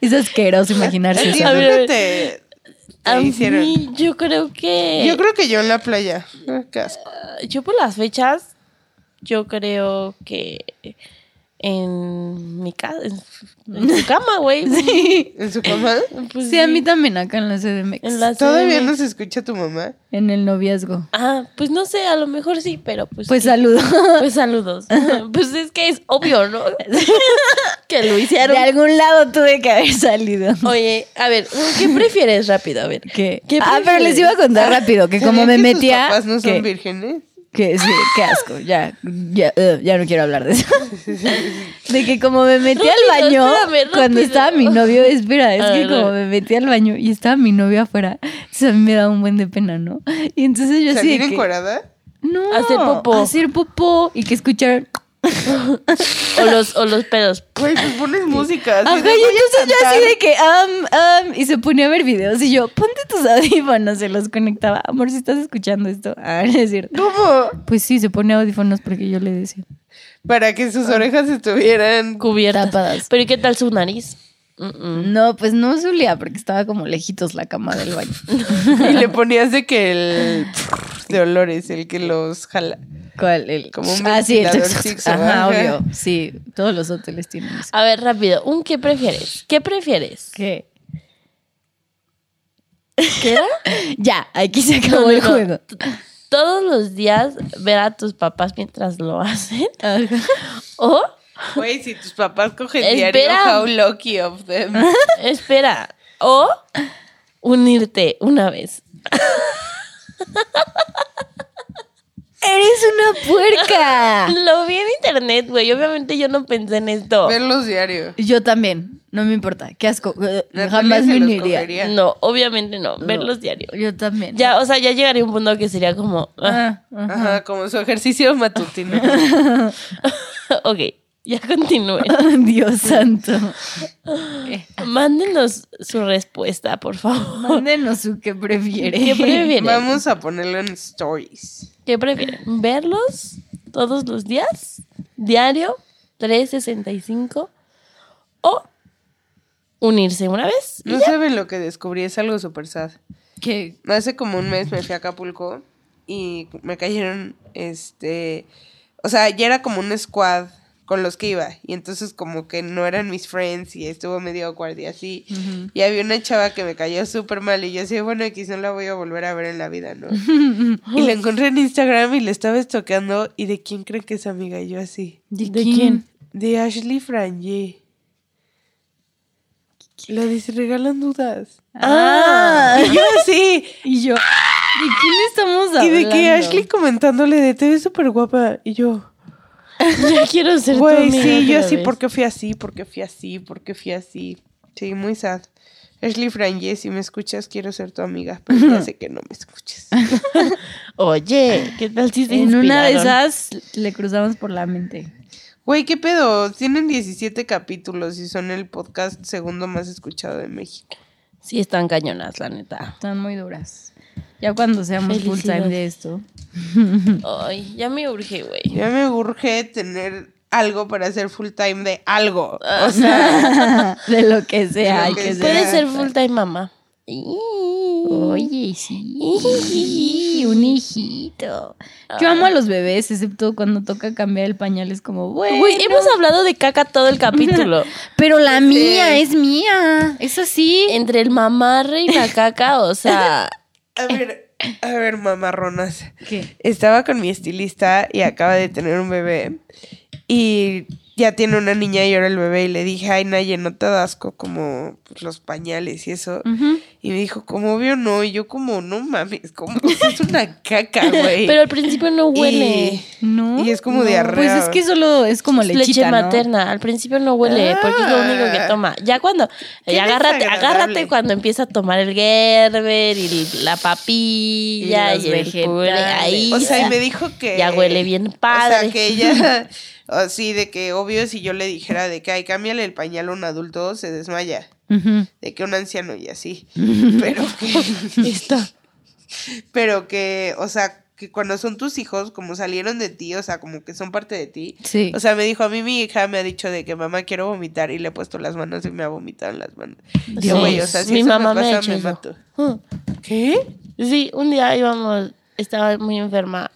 Speaker 3: Es asqueroso imaginarse
Speaker 4: ¿A ti
Speaker 3: eso.
Speaker 2: A ver,
Speaker 4: dónde
Speaker 2: ver.
Speaker 4: te, te
Speaker 2: A
Speaker 4: hicieron?
Speaker 2: mí, yo creo que...
Speaker 4: Yo creo que yo en la playa. Ah, Qué asco.
Speaker 2: Yo por las fechas, yo creo que en mi casa, en, en su cama, güey.
Speaker 4: ¿En su cama?
Speaker 2: Pues
Speaker 3: Sí, a mí también acá en la CDMX.
Speaker 2: en la
Speaker 4: ¿Todavía
Speaker 2: CDMX.
Speaker 4: nos escucha tu mamá?
Speaker 3: En el noviazgo.
Speaker 2: Ah, pues no sé, a lo mejor sí, pero pues.
Speaker 3: Pues
Speaker 2: sí.
Speaker 3: saludo.
Speaker 2: Pues saludos. pues es que es obvio, ¿no? que lo
Speaker 3: De
Speaker 2: hicieron.
Speaker 3: algún lado tuve que haber salido.
Speaker 2: Oye, a ver, ¿qué prefieres rápido? A ver.
Speaker 3: ¿Qué?
Speaker 2: ¿Qué
Speaker 3: ah, pero les
Speaker 2: prefieres?
Speaker 3: iba a contar rápido que como
Speaker 4: ¿Sabían
Speaker 3: me
Speaker 4: que tus
Speaker 3: metía.
Speaker 4: papás no son
Speaker 3: que,
Speaker 4: vírgenes?
Speaker 3: que sí, qué asco. Ya, ya, eh, ya no quiero hablar de eso. De que como me metí
Speaker 2: Rápido,
Speaker 3: al baño
Speaker 2: espérame,
Speaker 3: cuando
Speaker 2: rápido. Ah,
Speaker 3: estaba mi novio, espera, es
Speaker 2: A
Speaker 3: que
Speaker 2: ver, a
Speaker 3: como me
Speaker 2: ver.
Speaker 3: metí al baño y estaba mi novio afuera, entonces a mí me daba un buen de pena, ¿no? Y entonces yo así
Speaker 4: ¿Salir
Speaker 3: de que,
Speaker 4: encuerada?
Speaker 3: no,
Speaker 2: Hacer popó.
Speaker 3: hacer popó y que escucharon
Speaker 2: O los, o los pedos.
Speaker 4: Güey, pues pones música. así
Speaker 3: Ajá, y
Speaker 4: de, voy a
Speaker 3: entonces yo así
Speaker 4: cantar.
Speaker 3: de que, am, am, y se ponía a ver videos y yo, ponte tus audífonos, se los conectaba. Amor, si estás escuchando esto, ah, no es cierto.
Speaker 4: ¿Cómo?
Speaker 3: Pues sí, se ponía audífonos porque yo le decía.
Speaker 4: Para que sus orejas estuvieran...
Speaker 2: Cubiertas.
Speaker 3: Tapadas.
Speaker 2: Pero ¿y qué tal su nariz? Mm, mm.
Speaker 3: No, pues no solía porque estaba como lejitos la cama del baño.
Speaker 4: Y le ponías de que el... De olores, el que los jala.
Speaker 3: ¿Cuál? El,
Speaker 4: Como un
Speaker 3: ah, sí, el
Speaker 4: ventilador Sixo,
Speaker 3: Ajá,
Speaker 4: ajá.
Speaker 3: obvio. Sí, todos los hoteles tienen eso.
Speaker 2: A ver, rápido. ¿Un qué prefieres? ¿Qué prefieres?
Speaker 3: ¿Qué?
Speaker 2: ¿Qué era?
Speaker 3: Ya, aquí se acabó
Speaker 2: No, no,
Speaker 3: el
Speaker 2: no.
Speaker 3: juego.
Speaker 2: Todos los días ver a tus papás mientras lo hacen.
Speaker 3: Ajá.
Speaker 2: O
Speaker 4: Güey, si tus papás cogen
Speaker 2: Espera.
Speaker 4: diario, how lucky of them.
Speaker 2: Espera. O unirte una vez.
Speaker 3: ¡Eres una puerca!
Speaker 2: Lo vi en internet, güey. Obviamente yo no pensé en esto.
Speaker 4: Verlos diario.
Speaker 3: Yo también, no me importa. Qué asco.
Speaker 4: Natalia
Speaker 3: Jamás
Speaker 4: se
Speaker 3: me
Speaker 4: los
Speaker 3: uniría.
Speaker 4: cogería.
Speaker 2: No, obviamente no.
Speaker 3: No,
Speaker 2: Verlos diario.
Speaker 3: Yo también.
Speaker 2: Ya, o sea, ya llegaría un punto que sería como.
Speaker 3: Ah,
Speaker 2: ah,
Speaker 3: ah.
Speaker 4: Ajá, como su ejercicio matutino.
Speaker 2: ok, ya continúen.
Speaker 3: Dios santo.
Speaker 2: Mándenos su respuesta, por favor.
Speaker 3: Mándenos su que prefiere.
Speaker 2: ¿Qué prefieren?
Speaker 4: Vamos a ponerlo en stories.
Speaker 2: ¿Qué prefieren? ¿Verlos todos los días? ¿Diario? ¿365? ¿O unirse una vez?
Speaker 4: No saben lo que descubrí, es algo súper sad.
Speaker 3: ¿Qué?
Speaker 4: Hace como un mes me fui a Acapulco y me cayeron, este, o sea, ya era como un squad con los que iba y entonces como que no eran mis friends y estuvo medio awkward y así. Y había una chava que me cayó súper mal y yo así, bueno, X no la voy a volver a ver en la vida, ¿no? y la encontré en Instagram y le estaba estoqueando y de quién creen que es amiga, Y yo así.
Speaker 3: ¿De,
Speaker 2: ¿De
Speaker 3: quién?
Speaker 2: quién?
Speaker 4: De Ashley Frangé. La desregalan dudas.
Speaker 3: Ah,
Speaker 4: Y yo así.
Speaker 3: y yo. ¿De quién estamos hablando?
Speaker 4: Y de que Ashley comentándole de te ves súper guapa. Y yo,
Speaker 2: Ya quiero ser tu
Speaker 4: güey,
Speaker 2: amiga
Speaker 4: sí, yo
Speaker 2: otra
Speaker 4: así,
Speaker 2: vez.
Speaker 4: ¿por qué fui así? ¿Por qué fui así? ¿Por qué fui así? Sí, muy sad. Ashley Frangé, si me escuchas, quiero ser tu amiga, pero ya sé que no me escuchas.
Speaker 2: Oye, ¿qué tal si se
Speaker 3: En una de
Speaker 2: inspiraron?
Speaker 3: esas le cruzamos por la mente.
Speaker 4: Güey, ¿qué pedo? Tienen 17 capítulos y son el podcast segundo más escuchado de México.
Speaker 2: Sí, están cañonas, la neta.
Speaker 3: Están muy duras. Ya cuando seamos full time
Speaker 2: Felicidades.
Speaker 3: de esto.
Speaker 2: Ay, ya me urge, güey.
Speaker 4: Ya me urge tener algo para hacer full time de algo. O sea,
Speaker 3: de lo que sea,
Speaker 4: De
Speaker 3: hay
Speaker 4: lo que
Speaker 3: que
Speaker 4: sea.
Speaker 3: ser.
Speaker 2: Puede ser full time mamá.
Speaker 3: Oye, sí, un hijito. Yo amo a los bebés, excepto cuando toca cambiar el pañal, es como, bueno.
Speaker 2: Güey, hemos hablado de caca todo el capítulo.
Speaker 3: Pero la mía es mía, es así.
Speaker 2: Entre el mamarre y la caca, o sea,
Speaker 4: a ver, a ver, mamarronas.
Speaker 3: ¿Qué?
Speaker 4: Estaba con mi estilista y acaba de tener un bebé. Y ya tiene una niña y ahora el bebé. Y le dije, ay, Naye, no te das asco como pues, los pañales y eso.
Speaker 2: Mm.
Speaker 3: Ujú.
Speaker 4: Y me dijo, como obvio no. Y yo, como, no mames, como es una caca, güey.
Speaker 2: pero al principio no
Speaker 4: Y-
Speaker 2: huele.
Speaker 3: No.
Speaker 4: Y es como
Speaker 3: no.
Speaker 4: diarrea.
Speaker 3: Pues es que solo es como
Speaker 2: Es
Speaker 3: lechita,
Speaker 2: leche
Speaker 3: ¿no?
Speaker 2: materna, al principio no huele, porque es lo único que toma. Ya cuando,
Speaker 4: Ah. Qué
Speaker 2: ya agárrate,
Speaker 4: desagradable.
Speaker 2: agárrate cuando empieza a tomar el Gerber y la papilla
Speaker 3: Y los
Speaker 2: y, el puré
Speaker 3: vegetales.
Speaker 2: ahí.
Speaker 4: O sea, y me dijo que.
Speaker 2: Ya huele bien padre.
Speaker 4: O sea, que ella. Así de que, obvio, si yo le dijera de que, ay, cámbiale el pañal a un adulto, se desmaya.
Speaker 3: Ujú.
Speaker 4: De que un anciano y así. Pero que. Pero que, o sea, que cuando son tus hijos, como salieron de ti, o sea, como que son parte de ti.
Speaker 3: Sí.
Speaker 4: O sea, me dijo, a mí mi hija me ha dicho de que mamá quiero vomitar y le he puesto las manos y me ha vomitado en las manos. Y yo,
Speaker 2: Sí,
Speaker 4: güey, o sea, si
Speaker 2: mi
Speaker 4: eso
Speaker 2: mamá
Speaker 4: me
Speaker 2: me
Speaker 4: pasa,
Speaker 2: ha hecho
Speaker 4: me
Speaker 2: eso.
Speaker 4: mato.
Speaker 2: Ujú.
Speaker 4: ¿Qué?
Speaker 2: Sí, un día íbamos, estaba muy enferma,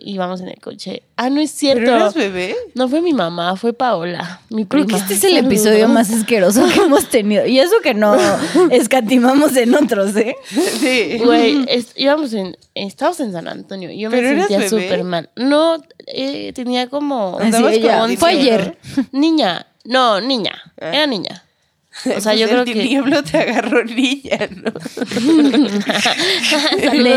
Speaker 2: íbamos en el coche. Ah, no es
Speaker 4: ¿Pero
Speaker 2: cierto.
Speaker 4: eras bebé?
Speaker 2: No fue mi mamá, fue Paola, mi prima.
Speaker 3: Creo que este es el episodio más asqueroso que hemos tenido. Y eso que no escatimamos en otros, ¿eh?
Speaker 4: Sí.
Speaker 2: Güey, es- íbamos en, estábamos en San Antonio y yo me
Speaker 4: ¿Pero eras bebé? ¿Ah,
Speaker 2: sentía súper mal. No, eh, tenía como...
Speaker 3: Así
Speaker 4: Andabas
Speaker 3: ella,
Speaker 4: como
Speaker 3: Fue
Speaker 4: diciendo-
Speaker 3: ayer.
Speaker 2: Niña, no, niña,
Speaker 4: Ah.
Speaker 2: era niña. O sea,
Speaker 4: Pues
Speaker 2: yo creo
Speaker 4: El
Speaker 2: que...
Speaker 4: tinieblo te agarró niña, ¿no?
Speaker 2: Saludos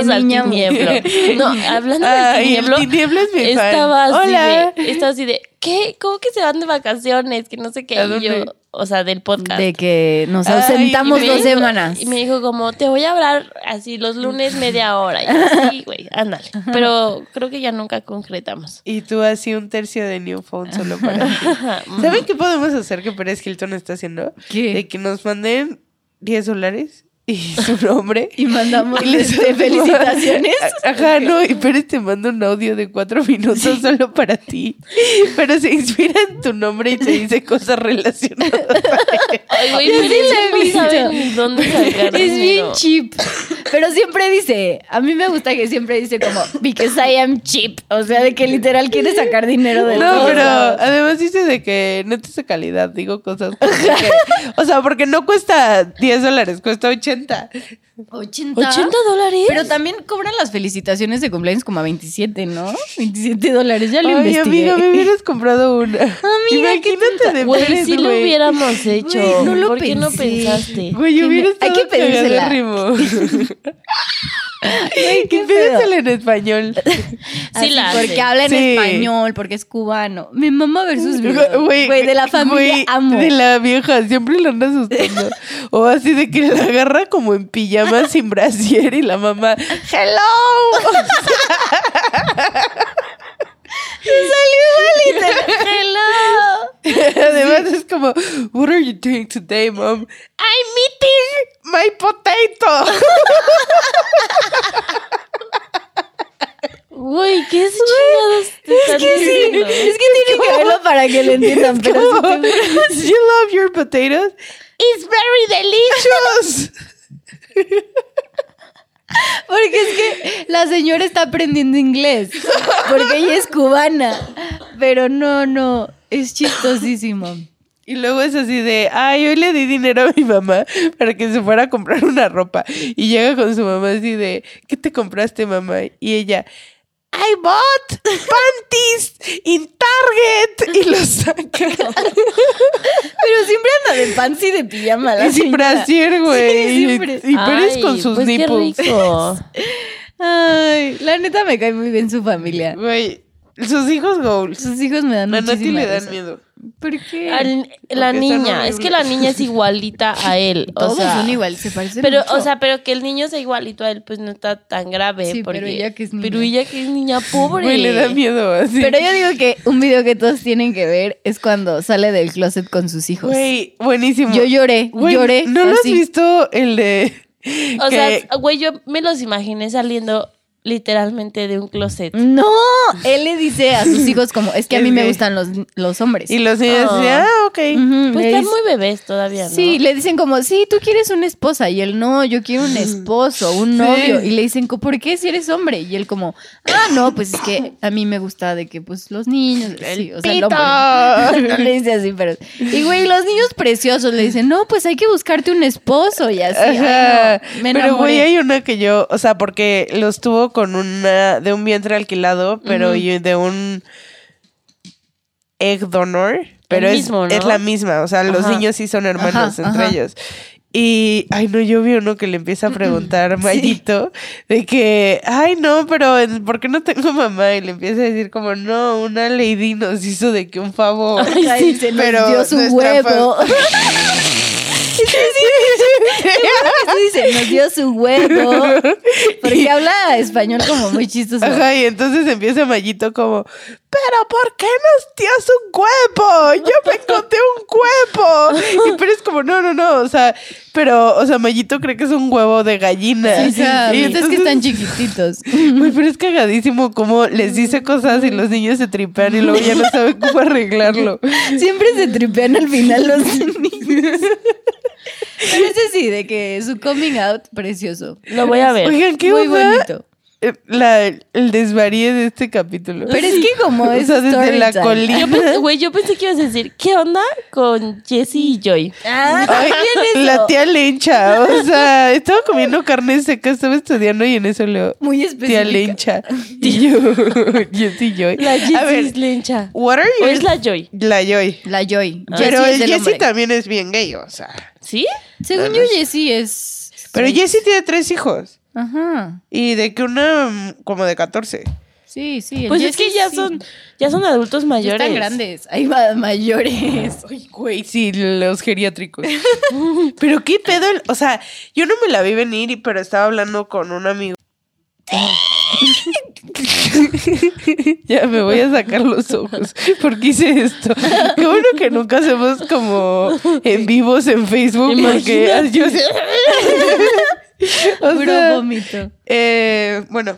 Speaker 3: De
Speaker 2: al
Speaker 3: niña.
Speaker 2: tinieblo. No, hablando del
Speaker 4: Ay, el
Speaker 2: tinieblo,
Speaker 4: tinieblo es mi fan.
Speaker 2: estaba así
Speaker 4: Hola.
Speaker 2: de... Estaba así de... ¿Qué? ¿Cómo que se van de vacaciones? Que no sé qué.
Speaker 4: ¿A
Speaker 2: Y
Speaker 4: dónde?
Speaker 2: yo, o sea, del podcast.
Speaker 3: De que nos
Speaker 4: Ay,
Speaker 3: ausentamos
Speaker 4: y me
Speaker 3: dos
Speaker 2: dijo-
Speaker 3: semanas.
Speaker 2: Y me dijo como, te voy a hablar así los lunes media hora. Y yo, sí, güey, ándale. Pero creo que ya nunca concretamos.
Speaker 4: Y tú así un tercio de New Phone solo para ti. ¿Saben qué podemos hacer que Pérez Hilton está haciendo?
Speaker 3: ¿Qué?
Speaker 4: De que nos manden 10 dólares y su nombre.
Speaker 3: Y mandamos este,
Speaker 4: mandamos-
Speaker 3: felicitaciones.
Speaker 4: Ajá, no, y Pérez te manda un audio de cuatro minutos solo para ti. Pero se inspira en tu nombre y te dice cosas relacionadas.
Speaker 2: Ay, güey,
Speaker 3: Yo
Speaker 2: pero
Speaker 3: sí la he
Speaker 2: no
Speaker 3: visto.
Speaker 2: saben ni dónde sacar
Speaker 3: Es bien
Speaker 2: dinero.
Speaker 3: cheap. Pero siempre dice, a mí me gusta que siempre dice como, because I am cheap. O sea, de que literal quiere sacar dinero de
Speaker 4: No,
Speaker 3: todos
Speaker 4: pero
Speaker 3: lados.
Speaker 4: además dice de que no es de calidad, digo cosas. como que- o sea, porque no cuesta 10 dólares, cuesta 80.
Speaker 3: 80.
Speaker 2: ¿80 dólares?
Speaker 3: Pero también cobran las felicitaciones de cumpleaños como a 27, ¿no? 27 dólares, ya lo
Speaker 4: Ay,
Speaker 3: investigué.
Speaker 4: amiga, me hubieras comprado una.
Speaker 3: Amiga, ¿qué
Speaker 4: Imagínate de
Speaker 2: Güey,
Speaker 4: Pérez,
Speaker 2: si lo
Speaker 4: güey.
Speaker 2: hubiéramos hecho.
Speaker 3: Güey, no lo
Speaker 2: ¿Por qué no
Speaker 3: pensé.
Speaker 2: pensaste?
Speaker 4: Güey,
Speaker 3: Que
Speaker 4: hubiera
Speaker 3: me- hay
Speaker 4: estado
Speaker 3: que pedírsela.
Speaker 4: cagadérrimo. Que
Speaker 3: Ay, qué pedo.
Speaker 4: pídesela en español.
Speaker 2: Sí la hace.
Speaker 3: porque habla en
Speaker 4: Sí.
Speaker 3: español, porque es cubano. Mi mamá versus mi
Speaker 4: Güey,
Speaker 3: güey de la familia
Speaker 4: güey,
Speaker 3: amo.
Speaker 4: De la vieja, siempre la anda asustando. o así de que la agarra como en pijama sin brasier y la mamá, ¡Hello!
Speaker 3: salió igualita. Hello.
Speaker 4: Además es como, What are you doing today, mom?
Speaker 2: I'm meeting.
Speaker 4: My potato.
Speaker 2: Güey, ¿qué es chingados?
Speaker 3: Es que sí, es que tiene que verlo para que lo entiendan, pero sí
Speaker 4: Como,
Speaker 3: que-
Speaker 4: You love your potatoes?
Speaker 2: It's very
Speaker 4: Chos.
Speaker 2: delicious.
Speaker 3: porque es que la señora está aprendiendo inglés, porque ella es cubana, pero no, no, es chistosísimo.
Speaker 4: Y luego es así de, ay, hoy le di dinero a mi mamá para que se fuera a comprar una ropa. Y llega con su mamá así de, ¿qué te compraste, mamá? Y ella, I bought panties in Target. Y los saca.
Speaker 3: Pero siempre anda de pants y de pijama la
Speaker 4: Y sin
Speaker 3: señora.
Speaker 4: brasier, güey.
Speaker 3: Sí,
Speaker 4: Y-
Speaker 3: siempre.
Speaker 4: y, Pérez con
Speaker 2: Ay,
Speaker 4: sus
Speaker 2: pues qué
Speaker 4: nipples.
Speaker 2: rico.
Speaker 3: Ay, la neta me cae muy bien su familia.
Speaker 4: Güey, Sus hijos goals.
Speaker 3: Sus hijos me dan
Speaker 4: A Nati
Speaker 3: muchísima
Speaker 4: le dan
Speaker 3: risa.
Speaker 4: miedo.
Speaker 3: ¿Por qué?
Speaker 2: Al- la
Speaker 4: Porque están
Speaker 2: niña, es que
Speaker 4: horribles.
Speaker 2: la niña es igualita a él. O
Speaker 3: Todos
Speaker 2: sea,
Speaker 3: son igual, se parecen
Speaker 2: Pero,
Speaker 3: mucho.
Speaker 2: o sea, pero que el niño sea igualito a él, pues no está tan grave.
Speaker 3: Sí,
Speaker 2: porque-
Speaker 3: pero ella que es niña.
Speaker 2: Pero ella que es niña pobre.
Speaker 4: Güey, le da miedo así.
Speaker 3: Pero yo digo que un video que todos tienen que ver es cuando sale del closet con sus hijos.
Speaker 4: Güey, buenísimo.
Speaker 3: Yo lloré,
Speaker 4: Güey,
Speaker 3: lloré.
Speaker 4: ¿No lo has
Speaker 3: así.
Speaker 4: visto el de. que-
Speaker 2: O sea, güey, yo me los imaginé saliendo literalmente de un closet.
Speaker 4: Mm,
Speaker 3: No, él le dice a sus hijos como, es que a
Speaker 4: Es
Speaker 3: mí me
Speaker 4: gay.
Speaker 3: gustan los, los hombres.
Speaker 4: Y los niños
Speaker 2: Ah.
Speaker 4: dicen, ah, ok.
Speaker 3: Ujú,
Speaker 2: Pues
Speaker 3: le
Speaker 2: están
Speaker 3: dice-
Speaker 2: muy bebés todavía, ¿no?
Speaker 3: Sí, le dicen como, sí, tú quieres una esposa. Y él, no, yo quiero un esposo, un novio. Y le dicen, co- ¿por qué si eres hombre? Y él como, ah, no, pues es que a mí me gusta de que, pues, los niños. sí, o sea, el hombre. le dice así, pero... Y, güey, los niños preciosos le dicen, no, pues hay que buscarte un esposo. Y así, ay,
Speaker 4: Ajá.
Speaker 3: no, me
Speaker 4: pero güey,
Speaker 3: enamoré.
Speaker 4: hay una que yo, o sea, porque los tuvo con una de un vientre alquilado, pero yo- de un egg donor, pero es,
Speaker 2: mismo, ¿no?
Speaker 4: es la misma, o sea, los
Speaker 2: Ajá.
Speaker 4: niños sí son hermanos
Speaker 3: Ajá,
Speaker 4: entre
Speaker 3: ajá.
Speaker 4: ellos. Y, ay, no, yo vi uno que le empieza a preguntar Mayito de que, ay, no, pero ¿por qué no tengo mamá? Y le empieza a decir como, no, una lady nos hizo de que un favor.
Speaker 3: Ay,
Speaker 2: sí,
Speaker 3: se nos
Speaker 4: pero
Speaker 3: dio su
Speaker 4: nuestra
Speaker 3: huevo. Sí, se nos dio su huevo. Porque habla español como muy chistoso.
Speaker 4: Ajá, y entonces empieza Mayito como, pero ¿por qué nos tiras un cuerpo? Yo me encontré un cuerpo. Y pero es como, no, no, no, o sea, pero, o sea, Mayito cree que es un huevo de gallina.
Speaker 3: Sí, o sea,
Speaker 4: Y
Speaker 3: es que
Speaker 4: entonces-
Speaker 3: están chiquititos.
Speaker 4: Güey, pero es cagadísimo como les dice cosas y los niños se tripean y luego ya no saben cómo arreglarlo.
Speaker 3: Siempre se tripean al final los niños. Pero ese sí, de que su coming out, precioso.
Speaker 2: Lo voy a ver.
Speaker 4: Oigan, qué
Speaker 3: Muy
Speaker 4: onda?
Speaker 3: bonito.
Speaker 4: Eh, la- el desvaríe de este capítulo.
Speaker 3: Pero es que como
Speaker 4: O
Speaker 3: es
Speaker 4: sea, desde
Speaker 3: story
Speaker 4: la
Speaker 3: time.
Speaker 4: colina.
Speaker 2: Yo pensé- Güey, yo pensé que ibas a decir, ¿qué onda con Jessie y Joy?
Speaker 3: Ah,
Speaker 4: Ay,
Speaker 3: ¿también eso?
Speaker 4: la tía Lencha, o sea, estaba comiendo carne seca, estaba estudiando y en eso leo.
Speaker 3: Muy
Speaker 4: Tía
Speaker 3: específica.
Speaker 4: Lencha. Tío. Yo sí, Joy.
Speaker 2: La
Speaker 4: A
Speaker 2: Jessie
Speaker 4: ver,
Speaker 2: es lencha.
Speaker 4: what are
Speaker 2: ¿O
Speaker 4: you?
Speaker 2: es la Ah, Joy?
Speaker 4: La Joy.
Speaker 3: La Joy.
Speaker 4: Ah, Pero
Speaker 3: Jessie es
Speaker 4: el
Speaker 3: el
Speaker 4: Jesse
Speaker 3: hombre.
Speaker 4: también es bien gay, o sea.
Speaker 2: ¿Sí?
Speaker 3: Según yo, Jessie es.
Speaker 4: Pero
Speaker 3: sí.
Speaker 4: Jesse tiene tres hijos.
Speaker 3: Ajá.
Speaker 4: Y de que una mm, como de 14.
Speaker 3: Sí, sí. el
Speaker 2: Pues es
Speaker 3: Jessie
Speaker 2: que ya
Speaker 3: sí.
Speaker 2: son, ya son adultos
Speaker 3: Ya
Speaker 2: mayores.
Speaker 3: están grandes. Ahí va, mayores.
Speaker 4: Ay, güey, sí, los geriátricos. pero qué pedo, el- o sea, yo no me la vi venir, y- pero estaba hablando con un amigo. ya me voy a sacar los ojos porque hice esto. Qué bueno que nunca hacemos como en vivos en Facebook porque yo sé- O
Speaker 3: Puro
Speaker 4: sea,
Speaker 3: vómito.
Speaker 4: eh, bueno,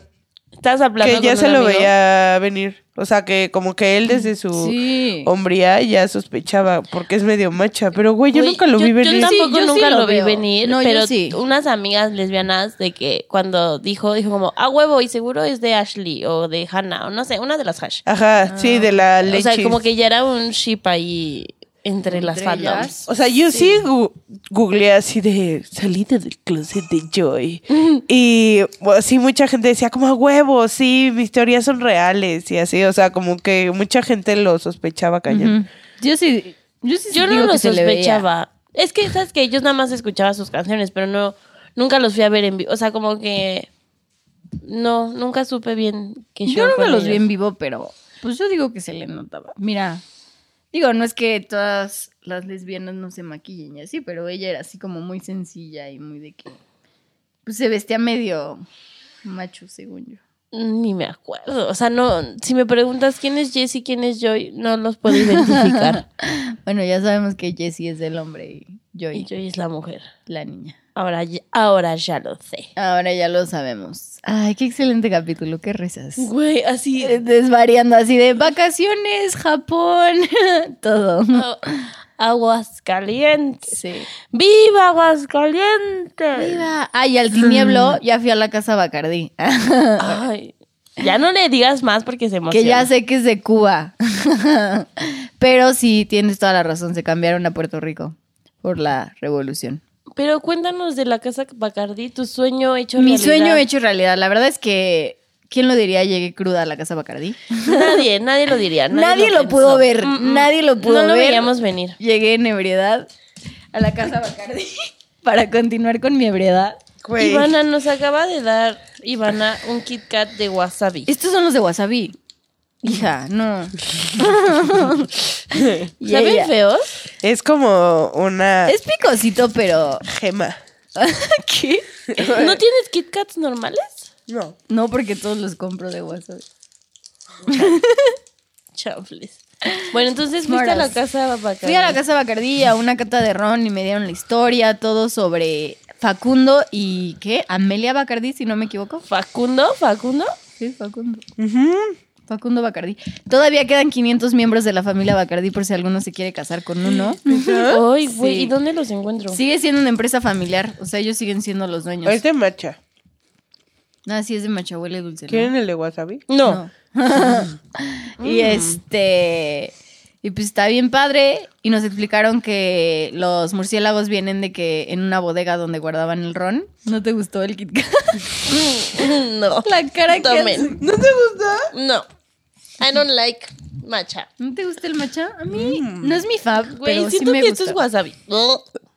Speaker 2: Estás hablando
Speaker 4: que ya
Speaker 2: con
Speaker 4: se
Speaker 2: un
Speaker 4: lo
Speaker 2: amigo.
Speaker 4: veía venir. O sea, que como que él desde su
Speaker 3: Sí.
Speaker 4: hombría ya sospechaba porque es medio macha. Pero, güey, yo
Speaker 2: Güey,
Speaker 4: nunca lo vi
Speaker 2: Yo
Speaker 4: venir.
Speaker 3: Sí,
Speaker 2: tampoco
Speaker 3: yo sí
Speaker 2: nunca
Speaker 3: lo
Speaker 2: lo vi
Speaker 3: veo.
Speaker 2: venir,
Speaker 3: No, yo
Speaker 2: pero
Speaker 3: sí.
Speaker 2: unas amigas lesbianas de que cuando dijo, dijo como, ah, huevo, y seguro es de Ashley o de Hannah, o no sé, una de las hash.
Speaker 4: Ajá, sí, de la leche.
Speaker 2: Ah. O sea, como que ya era un ship ahí entre, las
Speaker 3: Entre ellas.
Speaker 2: fandoms.
Speaker 4: O sea, yo sí, gu- googleé así de salida del closet de Joy. Y bueno, así mucha gente decía, como a huevo, sí, mis teorías son reales y así. O sea, como que mucha gente lo sospechaba cañón.
Speaker 3: Ujú. Yo sí. Yo sí
Speaker 2: Yo
Speaker 3: digo
Speaker 2: no lo
Speaker 3: que se le veía.
Speaker 2: sospechaba. Es que, ¿sabes que Yo nada más escuchaba sus canciones, pero no, nunca los fui a ver en vivo. O sea, como que no, nunca supe bien que
Speaker 3: Yo nunca los vi en vivo, pero pues yo digo que se le notaba. Mira, digo, no es que todas las lesbianas no se maquillen y así, pero ella era así como muy sencilla y muy de que. Pues se vestía medio macho, según yo.
Speaker 2: Mm, Ni me acuerdo. O sea, no, si me preguntas quién es Jessie, quién es Joy, no los puedo identificar.
Speaker 3: Bueno, ya sabemos que Jessie es del hombre y yo
Speaker 2: y Joy es la mujer.
Speaker 3: la niña.
Speaker 2: Ahora, ya- ahora ya lo sé.
Speaker 3: Ahora ya lo sabemos. Ay, qué excelente capítulo, qué risas.
Speaker 2: Güey, así.
Speaker 3: Eh, Desvariando así de vacaciones, Japón, todo.
Speaker 2: Oh. Aguas calientes.
Speaker 3: Sí.
Speaker 2: ¡Viva Aguas calientes!
Speaker 3: Viva. Ay, al tinieblo ya fui a la casa Bacardí.
Speaker 2: Ay, ya no le digas más porque se emociona.
Speaker 3: Que ya sé que es de Cuba. Pero sí, tienes toda la razón. Se cambiaron a Puerto Rico por la revolución.
Speaker 2: Pero cuéntanos de la casa Bacardí, tu sueño hecho
Speaker 3: Mi
Speaker 2: realidad.
Speaker 3: sueño hecho realidad. La verdad es que, ¿quién lo diría? Llegué cruda a la casa Bacardí.
Speaker 2: Nadie, nadie lo diría. Nadie,
Speaker 3: Nadie lo
Speaker 2: pensó.
Speaker 3: pudo ver,
Speaker 2: Mm, mm.
Speaker 3: nadie lo pudo
Speaker 2: No lo
Speaker 3: ver.
Speaker 2: veíamos venir.
Speaker 3: Llegué en ebriedad a la casa Bacardí para continuar con mi ebriedad.
Speaker 4: Güey.
Speaker 2: Ivana nos acaba de dar, Ivana, un Kit Kat de wasabi.
Speaker 3: Estos son los de wasabi. Hija, no. Y
Speaker 2: ¿Saben
Speaker 3: ella-
Speaker 2: feos?
Speaker 4: Es como una
Speaker 3: Es picosito, pero.
Speaker 4: gema.
Speaker 3: ¿Qué?
Speaker 2: ¿No tienes Kit Kats normales?
Speaker 4: No.
Speaker 3: No, porque todos los compro de WhatsApp.
Speaker 2: Chafles. Bueno, entonces fuiste a la
Speaker 3: Moras.
Speaker 2: casa Bacardí.
Speaker 3: Fui a la casa Bacardí a una cata de ron y me dieron la historia, todo sobre Facundo y ¿qué? Amelia Bacardí, si no me equivoco.
Speaker 2: Facundo, Facundo.
Speaker 3: Sí, Facundo. Facundo Bacardí. Todavía quedan 500 miembros de la familia Bacardí por si alguno se quiere casar con uno.
Speaker 2: Ay, güey,
Speaker 3: Sí.
Speaker 2: ¿y dónde los encuentro?
Speaker 3: Sigue siendo una empresa familiar, o sea, ellos siguen siendo los dueños.
Speaker 4: Es de matcha.
Speaker 3: Ah, sí, es de Machahuele Dulce. ¿no?
Speaker 4: ¿Quieren el de wasabi?
Speaker 2: No. Mm.
Speaker 3: y este. Y pues está bien padre. Y nos explicaron que los murciélagos vienen de que en una bodega donde guardaban el ron. ¿No te gustó el Kit Kat?
Speaker 2: no.
Speaker 3: La cara que
Speaker 2: Tomen.
Speaker 4: ¿No te gusta?
Speaker 2: No. I don't like matcha.
Speaker 3: ¿No te gusta el matcha? A mí no es mi fab,
Speaker 2: Mm. Güey,
Speaker 3: pero sí
Speaker 2: siento
Speaker 3: me
Speaker 2: que
Speaker 3: gusta.
Speaker 2: esto es wasabi.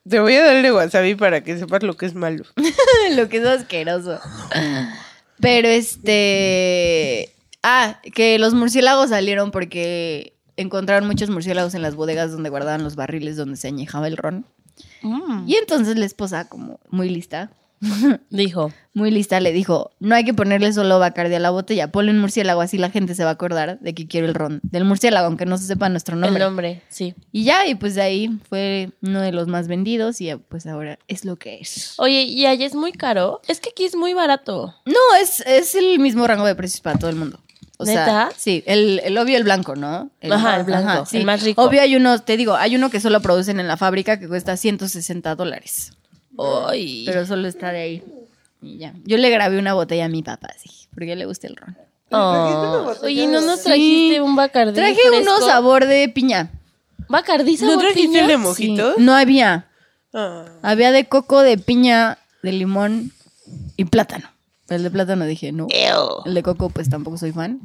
Speaker 4: Te voy a dar el de wasabi para que sepas lo que es malo.
Speaker 3: Lo que es asqueroso. Pero este. Ah, que los murciélagos salieron porque encontraron muchos murciélagos en las bodegas donde guardaban los barriles donde se añejaba el ron.
Speaker 2: Mm.
Speaker 3: Y entonces la esposa, como muy lista,
Speaker 2: Dijo.
Speaker 3: muy lista, le dijo: No hay que ponerle solo Bacardi a la botella, ponle un murciélago, así la gente se va a acordar de que quiero el ron del murciélago, aunque no se sepa nuestro
Speaker 2: El
Speaker 3: nombre.
Speaker 2: nombre, sí.
Speaker 3: Y ya, y pues de ahí fue uno de los más vendidos y eh, pues ahora es lo que es.
Speaker 2: Oye, ¿y allá es muy caro? Es que aquí es muy barato.
Speaker 3: No, es, es el mismo rango de precios para todo el mundo. O sea,
Speaker 2: ¿Neta?
Speaker 3: sí, el, el obvio el blanco, ¿no?
Speaker 2: Ajá, el blanco, el más rico.
Speaker 3: Obvio hay uno, te digo, hay uno que solo producen en la fábrica que cuesta 160 dólares,
Speaker 2: Ay.
Speaker 3: pero solo está de ahí. Y ya. Yo le grabé una botella a mi papá, sí, porque le gusta el ron.
Speaker 2: Oh. Oye, ¿no nos trajiste
Speaker 3: Sí.
Speaker 2: un bacardí?
Speaker 3: Traje uno
Speaker 2: fresco?
Speaker 3: sabor de piña.
Speaker 2: ¿Bacardí
Speaker 4: ¿No
Speaker 2: sabor
Speaker 4: trajiste
Speaker 2: piña?
Speaker 4: el de
Speaker 3: Sí.
Speaker 4: mojitos?
Speaker 3: No había.
Speaker 4: Ah.
Speaker 3: Había de coco, de piña, de limón y plátano. El de plátano dije, no.
Speaker 2: Ew.
Speaker 3: El de coco, pues tampoco soy fan.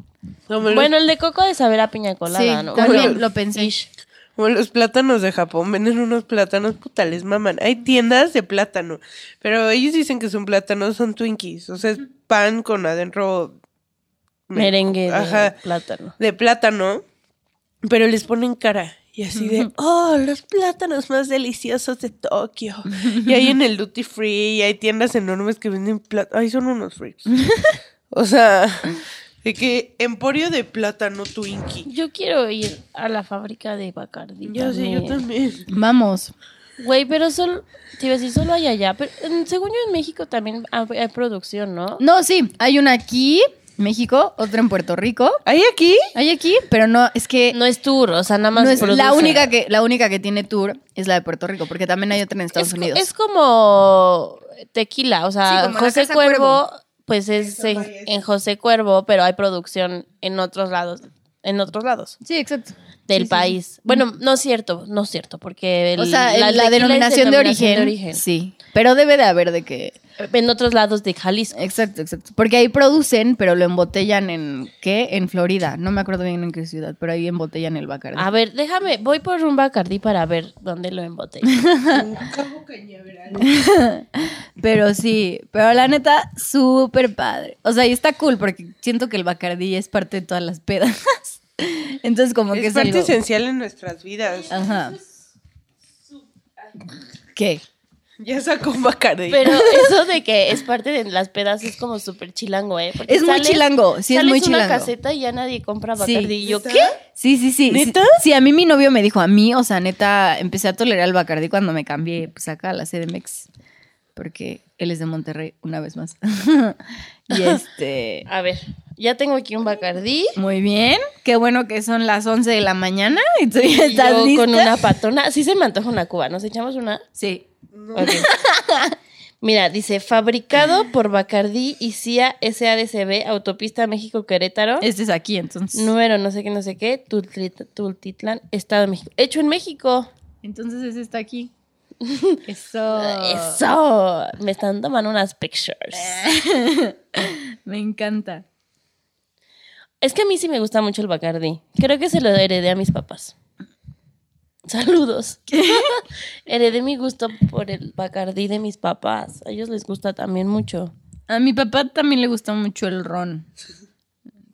Speaker 4: No, me los-
Speaker 2: Bueno, el de coco de saber a piña colada,
Speaker 3: sí,
Speaker 2: ¿no?
Speaker 3: también
Speaker 4: Bueno,
Speaker 3: lo pensé.
Speaker 2: Ish.
Speaker 4: Como los plátanos de Japón, venden unos plátanos, puta, les maman. Hay tiendas de plátano, pero ellos dicen que son plátanos, son Twinkies. O sea, es pan con adentro... me-
Speaker 2: Merengue de
Speaker 4: Ajá,
Speaker 2: plátano.
Speaker 4: de plátano, pero les ponen cara. Y así de, oh, los plátanos más deliciosos de Tokio. Y hay en el Duty Free, y hay tiendas enormes que venden plátano. Ay, son unos freaks. O sea, de que emporio de plátano Twinkie.
Speaker 2: Yo quiero ir a la fábrica de Bacardí.
Speaker 4: Yo sé, yo también.
Speaker 3: Vamos.
Speaker 2: Güey, pero solo. Te iba a decir, solo hay allá. Pero mm, según yo en México también hay, hay producción, ¿no?
Speaker 3: No, sí, hay una aquí, México, otra en Puerto Rico.
Speaker 4: ¿Hay aquí?
Speaker 3: Hay aquí, pero no, es que no,
Speaker 2: No es tour, o sea, nada más.
Speaker 3: es la
Speaker 2: producen.
Speaker 3: única que la única que tiene tour es la de Puerto Rico, porque también hay otra en Estados
Speaker 2: es, co-
Speaker 3: Unidos.
Speaker 2: es como tequila, o sea,
Speaker 3: Sí, como la
Speaker 2: José
Speaker 3: Casa
Speaker 2: Cuervo,
Speaker 3: Cuervo.
Speaker 2: pues es en, en José Cuervo, pero hay producción en otros lados, en otros lados
Speaker 3: sí, exacto.
Speaker 2: del
Speaker 3: Sí, sí,
Speaker 2: país. Bueno, no es cierto, no es cierto, porque el-
Speaker 3: o sea, el- la,
Speaker 2: tequila es
Speaker 3: denominación, de, origen, Sí, pero debe de haber de que
Speaker 2: En otros lados de Jalisco.
Speaker 3: Exacto, exacto. Porque ahí producen, pero lo embotellan en ¿qué? En Florida. No me acuerdo bien en qué ciudad, pero ahí embotellan el Bacardi.
Speaker 2: A ver, déjame, voy por un Bacardi para ver dónde lo embotellan.
Speaker 3: Pero sí, pero la neta, súper padre. O sea, y está cool porque siento que el Bacardí es parte de todas las pedas. Entonces, como que
Speaker 4: Es
Speaker 3: es
Speaker 4: parte
Speaker 3: algo... Ah.
Speaker 4: esencial en nuestras vidas.
Speaker 3: Ajá. ¿Qué?
Speaker 4: Ya sacó un Bacardi.
Speaker 2: Pero eso de que es parte de las pedas es como súper chilango, ¿eh? Porque
Speaker 3: Es muy chilango, sí, es
Speaker 2: sales
Speaker 3: muy
Speaker 2: una
Speaker 3: chilango.
Speaker 2: caseta y ya nadie compra Bacardi.
Speaker 3: Sí.
Speaker 2: Y yo,
Speaker 4: ¿Neta?
Speaker 2: ¿qué?
Speaker 3: Sí, sí, sí.
Speaker 4: ¿Neta?
Speaker 3: Sí, sí, a mí mi novio me dijo, a mí, o sea, neta, empecé a tolerar el Bacardí cuando me cambié, pues acá a la CDMX, porque él es de Monterrey, una vez más. y este...
Speaker 2: A ver, ya tengo aquí un Bacardí.
Speaker 3: Muy bien, qué bueno que son las 11 de la mañana y tú ya
Speaker 2: Y
Speaker 3: estás
Speaker 2: yo
Speaker 3: lista.
Speaker 2: con una patrona. Sí se me antoja una cuba. ¿Nos echamos una?
Speaker 3: Sí.
Speaker 2: Ok. Mira, dice, fabricado por Bacardí y CIA SADCB, Autopista México-Querétaro.
Speaker 3: Este es aquí, entonces.
Speaker 2: Número no sé qué, no sé qué, Tultlit- Tultitlán, Estado de México. Hecho en México.
Speaker 3: Entonces ese está aquí. Eso.
Speaker 2: Eso. Me están tomando unas pictures.
Speaker 3: Me encanta.
Speaker 2: Es que a mí sí me gusta mucho el Bacardí. Creo que se lo heredé a mis papás. Saludos. heredé mi gusto por el Bacardí de mis papás. A ellos les gusta también mucho.
Speaker 3: A mi papá también le gusta mucho el ron.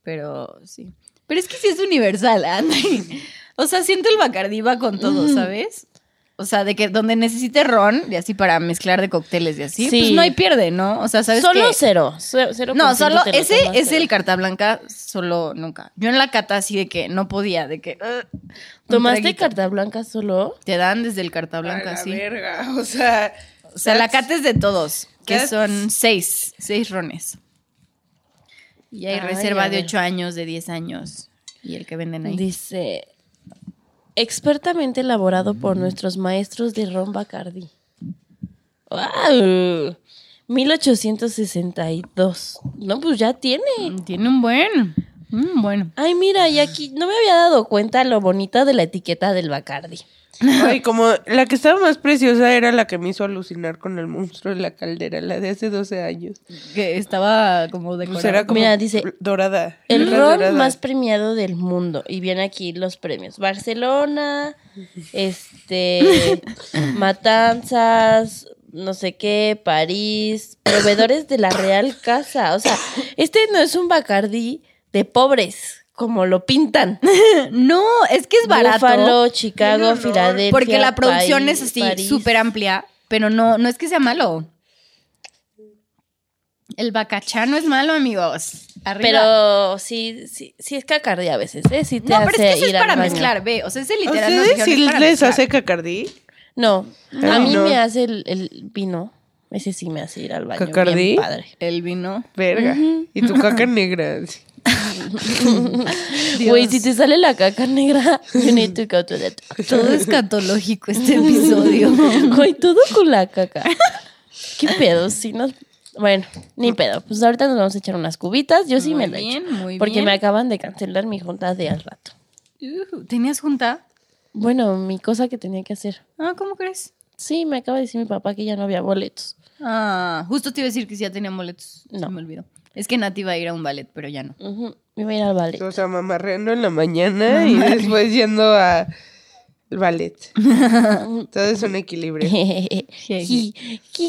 Speaker 3: Pero sí. Pero es que sí es universal, Andy. O sea, siento el Bacardí va con todo, ¿sabes? O sea, de que donde necesite ron, y así para mezclar de cócteles y así,
Speaker 2: Sí.
Speaker 3: pues no hay pierde, ¿no? O sea, ¿sabes
Speaker 2: Solo
Speaker 3: que-
Speaker 2: cero. ce- cero
Speaker 3: No,
Speaker 2: por ciento
Speaker 3: solo
Speaker 2: te lo
Speaker 3: ese
Speaker 2: tomas,
Speaker 3: es
Speaker 2: pero-
Speaker 3: el carta blanca, solo nunca. Yo en la cata así de que no podía, de que "Ugh", un
Speaker 2: ¿Tomaste
Speaker 3: traguito.
Speaker 2: carta blanca solo?
Speaker 3: Te dan desde el carta blanca,
Speaker 4: la
Speaker 3: sí.
Speaker 4: verga, o sea...
Speaker 3: O sea, la cata es de todos, que
Speaker 4: that's-
Speaker 3: son seis, seis rones. Y hay
Speaker 2: Ay,
Speaker 3: reserva
Speaker 2: a
Speaker 3: de
Speaker 2: ver.
Speaker 3: ocho años, de diez años. Y el que venden ahí.
Speaker 2: Dice, expertamente elaborado por nuestros maestros de Ron Bacardi. ¡Wow! 1862. No, pues ya tiene.
Speaker 3: Tiene un buen. Un buen.
Speaker 2: Ay, mira, y aquí no me había dado cuenta lo bonita de la etiqueta del Bacardi.
Speaker 4: Ay, como la que estaba más preciosa era la que me hizo alucinar con el monstruo de la caldera, la de hace 12 años.
Speaker 3: Que estaba como de
Speaker 4: Pues era como
Speaker 2: Mira, dice,
Speaker 4: bl- dorada.
Speaker 2: El
Speaker 4: letras
Speaker 2: ron
Speaker 4: doradas.
Speaker 2: más premiado del mundo. Y vienen aquí los premios. Barcelona, este, Matanzas, no sé qué, París, proveedores de la Real Casa. O sea, este no es un Bacardí de pobres, como lo pintan.
Speaker 3: No, es que es barato.
Speaker 2: Buffalo, Chicago,
Speaker 4: Tiene olor.
Speaker 2: Filadelfia.
Speaker 3: porque la producción
Speaker 2: París,
Speaker 3: es así,
Speaker 2: París.
Speaker 3: súper amplia. Pero no, no es que sea malo. El bacachá no es malo, amigos. Arriba.
Speaker 2: Pero sí, sí, sí es cacardí a veces, ¿eh? Sí te
Speaker 3: no, pero es que
Speaker 2: hace
Speaker 3: eso es
Speaker 2: ir al
Speaker 3: para
Speaker 2: baño.
Speaker 3: mezclar, ve. O sea, ese
Speaker 4: ¿A
Speaker 3: literal nos
Speaker 4: ¿Ustedes
Speaker 3: dijeron,
Speaker 4: Ah, sí
Speaker 3: es para
Speaker 4: les
Speaker 3: mezclar.
Speaker 4: hace cacardí?
Speaker 2: No, a
Speaker 4: Ay,
Speaker 2: mí
Speaker 4: no.
Speaker 2: me hace el, el vino. Ese sí me hace ir al baño.
Speaker 4: ¿Cacardí?
Speaker 2: Bien padre.
Speaker 3: El vino.
Speaker 4: Verga. Y tu caca negra. sí.
Speaker 2: Güey, si te sale la caca negra, you need to go to the doctor.
Speaker 3: Todo es catológico este episodio.
Speaker 2: Güey, todo con la caca. Qué pedo, si nos... Bueno, ni pedo. Pues ahorita nos vamos a echar unas cubitas. Yo sí
Speaker 3: Muy
Speaker 2: me la
Speaker 3: bien,
Speaker 2: echo.
Speaker 3: muy
Speaker 2: porque
Speaker 3: bien.
Speaker 2: me acaban de cancelar mi junta de al rato.
Speaker 3: Ujú, ¿Tenías junta?
Speaker 2: Bueno, mi cosa que tenía que hacer.
Speaker 3: Ah, ¿cómo crees?
Speaker 2: Sí, me acaba de decir mi papá que ya no había boletos.
Speaker 3: Ah, justo te iba a decir que sí ya tenían boletos. No.
Speaker 2: No.
Speaker 3: me olvidó. Es que Nati iba a ir a un ballet, pero ya no.
Speaker 2: Ujú, Me iba a ir al ballet.
Speaker 4: O sea, mamarreando en la mañana y después yendo a el ballet. Todo es un equilibrio.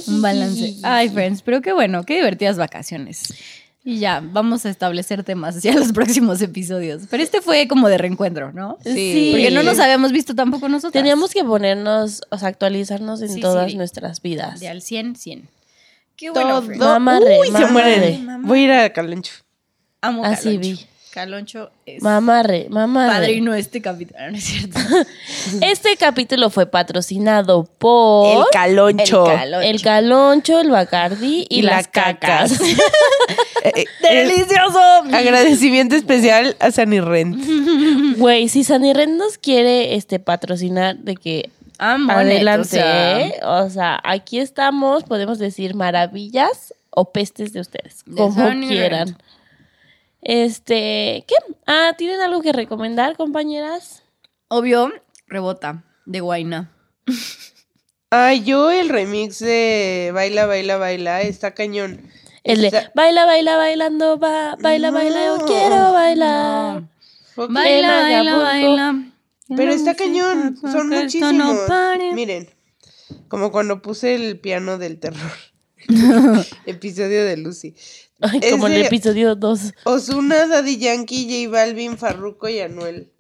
Speaker 3: Un balance.
Speaker 2: Ah,
Speaker 3: Ay, friends, pero qué bueno, qué divertidas vacaciones. Y ya, vamos a establecer temas hacia los próximos episodios. Pero este fue como de reencuentro, ¿no?
Speaker 4: Sí.
Speaker 3: Porque no nos habíamos visto tampoco nosotros.
Speaker 2: Teníamos que ponernos, o sea, actualizarnos en
Speaker 3: Sí,
Speaker 2: todas
Speaker 3: sí.
Speaker 2: nuestras vidas.
Speaker 3: De al 100, 100. Qué
Speaker 4: Todo.
Speaker 3: bueno, friends.
Speaker 2: Mamarre,
Speaker 4: Uy, se
Speaker 2: mamarre.
Speaker 4: mueren. Voy a ir a Calancho.
Speaker 3: Amo
Speaker 2: Así
Speaker 3: Caloncho.
Speaker 2: vi.
Speaker 3: Caloncho es
Speaker 2: Mamarre, mamarre.
Speaker 3: padrino este capítulo. Ah, No es cierto.
Speaker 2: Este capítulo fue patrocinado por
Speaker 4: Caloncho.
Speaker 3: El Caloncho.
Speaker 2: el Caloncho, el Bacardi y,
Speaker 4: Y
Speaker 2: las
Speaker 4: las
Speaker 2: cacas.
Speaker 4: Eh, eh, eh,
Speaker 3: ¡Delicioso!
Speaker 4: agradecimiento especial a San Irrent.
Speaker 2: Güey, si Sanirren nos quiere este, patrocinar de que
Speaker 3: Amo,
Speaker 2: adelante,
Speaker 3: neta, Ah, o sea,
Speaker 2: ¿eh? o sea, aquí estamos, podemos decir maravillas o pestes de ustedes,
Speaker 3: De
Speaker 2: como
Speaker 3: Sanirren.
Speaker 2: quieran. Este, ¿qué? Ah, ¿tienen algo que recomendar, compañeras?
Speaker 3: Obvio, rebota de Guaina.
Speaker 4: Ay, Ah, yo el remix de Baila, Baila, Baila está cañón.
Speaker 2: El de
Speaker 4: Está-
Speaker 2: baila, baila, bailando, va, baila, baila, yo
Speaker 4: No.
Speaker 2: quiero bailar.
Speaker 4: Ok.
Speaker 3: Baila,
Speaker 2: En
Speaker 3: baila,
Speaker 2: Acapulco.
Speaker 3: baila.
Speaker 4: Pero está cañón, son
Speaker 3: Que esto no
Speaker 4: muchísimos.
Speaker 3: pare.
Speaker 4: Miren, como cuando puse el piano del terror. Episodio de Lucy.
Speaker 2: Ay,
Speaker 4: Es
Speaker 2: como en el
Speaker 4: de-
Speaker 2: episodio 2.
Speaker 4: Osuna, Daddy Yankee, J Balvin, Farruko y Anuel.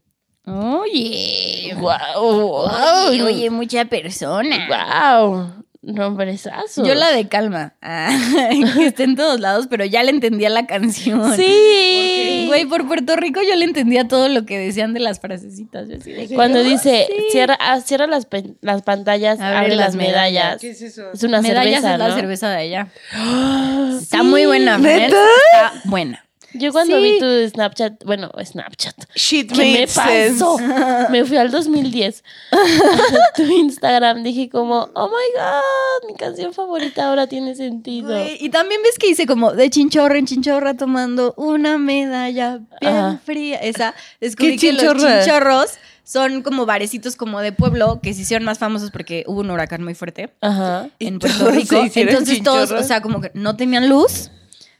Speaker 3: Oye.
Speaker 2: Wow.
Speaker 3: Oye, oye, mucha persona.
Speaker 2: Wow. Nombrezazo.
Speaker 3: Yo la de calma. Ah, que esté en todos lados, pero ya le entendía la canción.
Speaker 2: Sí.
Speaker 3: Güey, por Puerto Rico yo le entendía todo lo que decían de las frasecitas. Yo así de que-
Speaker 2: Cuando dice
Speaker 3: Sí.
Speaker 2: cierra, ah, cierra las, pe- las pantallas,
Speaker 3: Abre
Speaker 2: abre,
Speaker 3: las
Speaker 2: las medallas.
Speaker 4: ¿Qué es eso?
Speaker 2: Es una
Speaker 3: medallas
Speaker 2: cerveza,
Speaker 3: es la
Speaker 2: ¿no?
Speaker 3: cerveza ¡Ah! de allá. Está muy buena,
Speaker 4: ¿Neta?
Speaker 3: Fer, ¿eh? Está buena.
Speaker 2: Yo cuando
Speaker 3: Sí.
Speaker 2: vi tu Snapchat, bueno, Snapchat.
Speaker 4: Shit
Speaker 2: ¿Qué me
Speaker 4: made sense.
Speaker 2: pasó? Me fui al 2010. tu Instagram dije como, "Oh my god, mi canción favorita ahora tiene sentido."
Speaker 3: Güey, Y también ves que hice como de chinchorra en chinchorra tomando una medalla bien
Speaker 2: Ajá.
Speaker 3: fría. Esa, descubrí que los
Speaker 4: chinchorra?
Speaker 3: chinchorros son como barecitos como de pueblo que se hicieron más famosos porque hubo un huracán muy fuerte
Speaker 2: Ajá.
Speaker 4: Y
Speaker 3: en Puerto
Speaker 4: todos se
Speaker 3: Rico.
Speaker 4: hicieron
Speaker 3: Entonces todos, o
Speaker 4: chinchorros.
Speaker 3: sea, como que no tenían luz.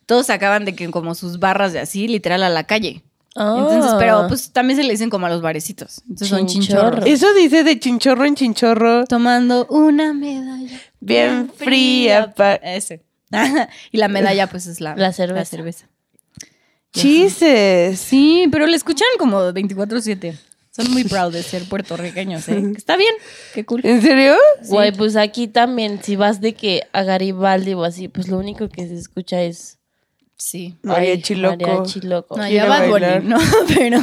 Speaker 3: Todos sacaban de que como sus barras de así, literal a la calle.
Speaker 2: Ah.
Speaker 3: Entonces, pero pues también se le dicen como a los barecitos. Entonces son chinchorros.
Speaker 2: Chinchorros.
Speaker 4: Eso dice de chinchorro en chinchorro.
Speaker 3: Tomando una medalla.
Speaker 4: Bien fría. pa-
Speaker 3: Ese. y la medalla, pues, es la,
Speaker 2: La cerveza.
Speaker 3: cerveza.
Speaker 4: Chises.
Speaker 3: Sí, pero le escuchan como 24-7. Son muy proud de ser puertorriqueños, ¿eh? Está bien, qué cool.
Speaker 4: ¿En serio?
Speaker 2: Güey, pues aquí también, si vas de que a Garibaldi o así, pues lo único que se escucha es
Speaker 3: Sí.
Speaker 4: Mariachi
Speaker 2: ay,
Speaker 4: loco.
Speaker 2: mariachi loco.
Speaker 3: No,
Speaker 4: Quiero
Speaker 3: ya Bad
Speaker 4: bailar.
Speaker 3: Bunny, ¿no? Pero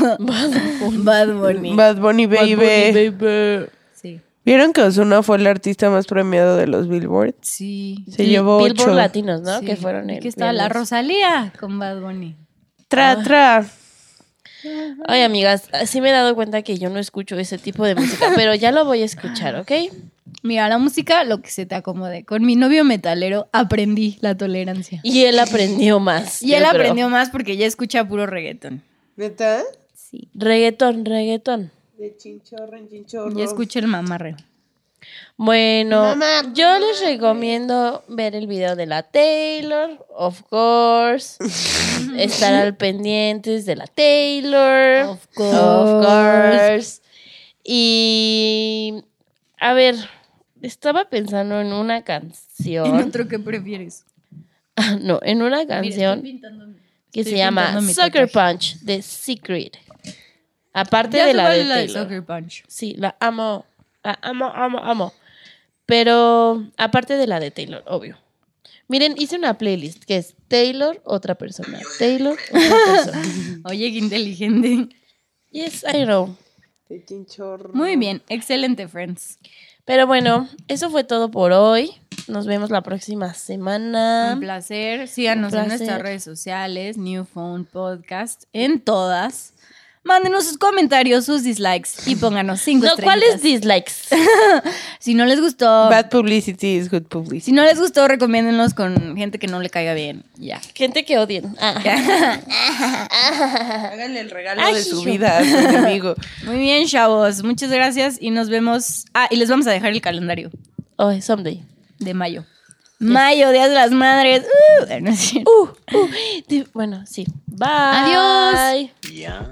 Speaker 3: Bad Bunny.
Speaker 4: Bad Bunny
Speaker 2: Bad
Speaker 4: Baby.
Speaker 2: Bunny, baby.
Speaker 3: Sí.
Speaker 4: ¿Vieron que Ozuna fue el artista más premiado de los Billboard?
Speaker 3: Sí.
Speaker 4: Se llevó
Speaker 2: Billboard
Speaker 4: ocho.
Speaker 2: Latinos, ¿no?
Speaker 3: Sí.
Speaker 2: Que fueron
Speaker 3: Y
Speaker 2: el
Speaker 3: que estaba la
Speaker 2: viernes.
Speaker 3: Rosalía con Bad Bunny.
Speaker 2: Ah.
Speaker 4: Tra, tra.
Speaker 2: Ay, amigas, sí me he dado cuenta que yo no escucho ese tipo de música, pero ya lo voy a escuchar, ¿ok?
Speaker 3: Mira, la música, lo que se te acomode. Con mi novio metalero aprendí la tolerancia.
Speaker 2: Y él aprendió más.
Speaker 3: Y él
Speaker 2: yo creo.
Speaker 3: aprendió más porque ya escucha puro reggaetón.
Speaker 4: ¿Neta?
Speaker 3: Sí.
Speaker 2: Reggaetón, reggaetón.
Speaker 4: De chinchorro en chinchorro.
Speaker 3: Ya escucha el mamarre.
Speaker 2: Bueno, yo les recomiendo ver el video de la Taylor, of course. estar al pendientes de la Taylor.
Speaker 3: Of course.
Speaker 2: Of course. Y a ver, estaba pensando en una
Speaker 3: ¿En
Speaker 2: canción. Ah,
Speaker 3: otro qué prefieres?
Speaker 2: no, en una canción que se
Speaker 3: estoy
Speaker 2: llama
Speaker 3: pintando mi
Speaker 2: Sucker
Speaker 3: tatuaje.
Speaker 2: Punch de Secret. Aparte de la de Taylor.
Speaker 3: Soccer Punch.
Speaker 2: Sí, la amo. La amo, amo, amo. Pero aparte de la de Taylor, obvio. Miren, hice una playlist que es Taylor, otra persona. Taylor, otra persona.
Speaker 3: Oye, qué inteligente.
Speaker 2: Yes, I know.
Speaker 4: De chinchorro.
Speaker 3: Muy bien, excelente, friends.
Speaker 2: Pero bueno, eso fue todo por hoy. Nos vemos la próxima
Speaker 3: Un
Speaker 2: semana.
Speaker 3: placer. Síganos
Speaker 2: un
Speaker 3: en nuestras
Speaker 2: placer.
Speaker 3: redes sociales, New Phone Podcast, en todas. Mándenos sus comentarios, sus dislikes y pónganos cinco
Speaker 2: No, ¿cuáles
Speaker 3: estrellitas.
Speaker 2: dislikes?
Speaker 3: Si no les gustó,
Speaker 4: Bad publicity is good
Speaker 3: si
Speaker 4: publicity.
Speaker 3: no les gustó, recomiéndenlos con gente que no le caiga bien. Ya.
Speaker 2: Gente que odien. Ah,
Speaker 4: Háganle el regalo
Speaker 2: Ay,
Speaker 4: de su
Speaker 2: yo.
Speaker 4: vida a su enemigo.
Speaker 3: Muy bien, chavos. Muchas gracias y nos vemos. Ah, y les vamos a dejar el calendario
Speaker 2: oh, someday.
Speaker 3: de mayo. Mayo, Día de las Madres. Uh, no es cierto.
Speaker 2: Di- Bueno, sí. Bye.
Speaker 3: Adiós.
Speaker 5: Ya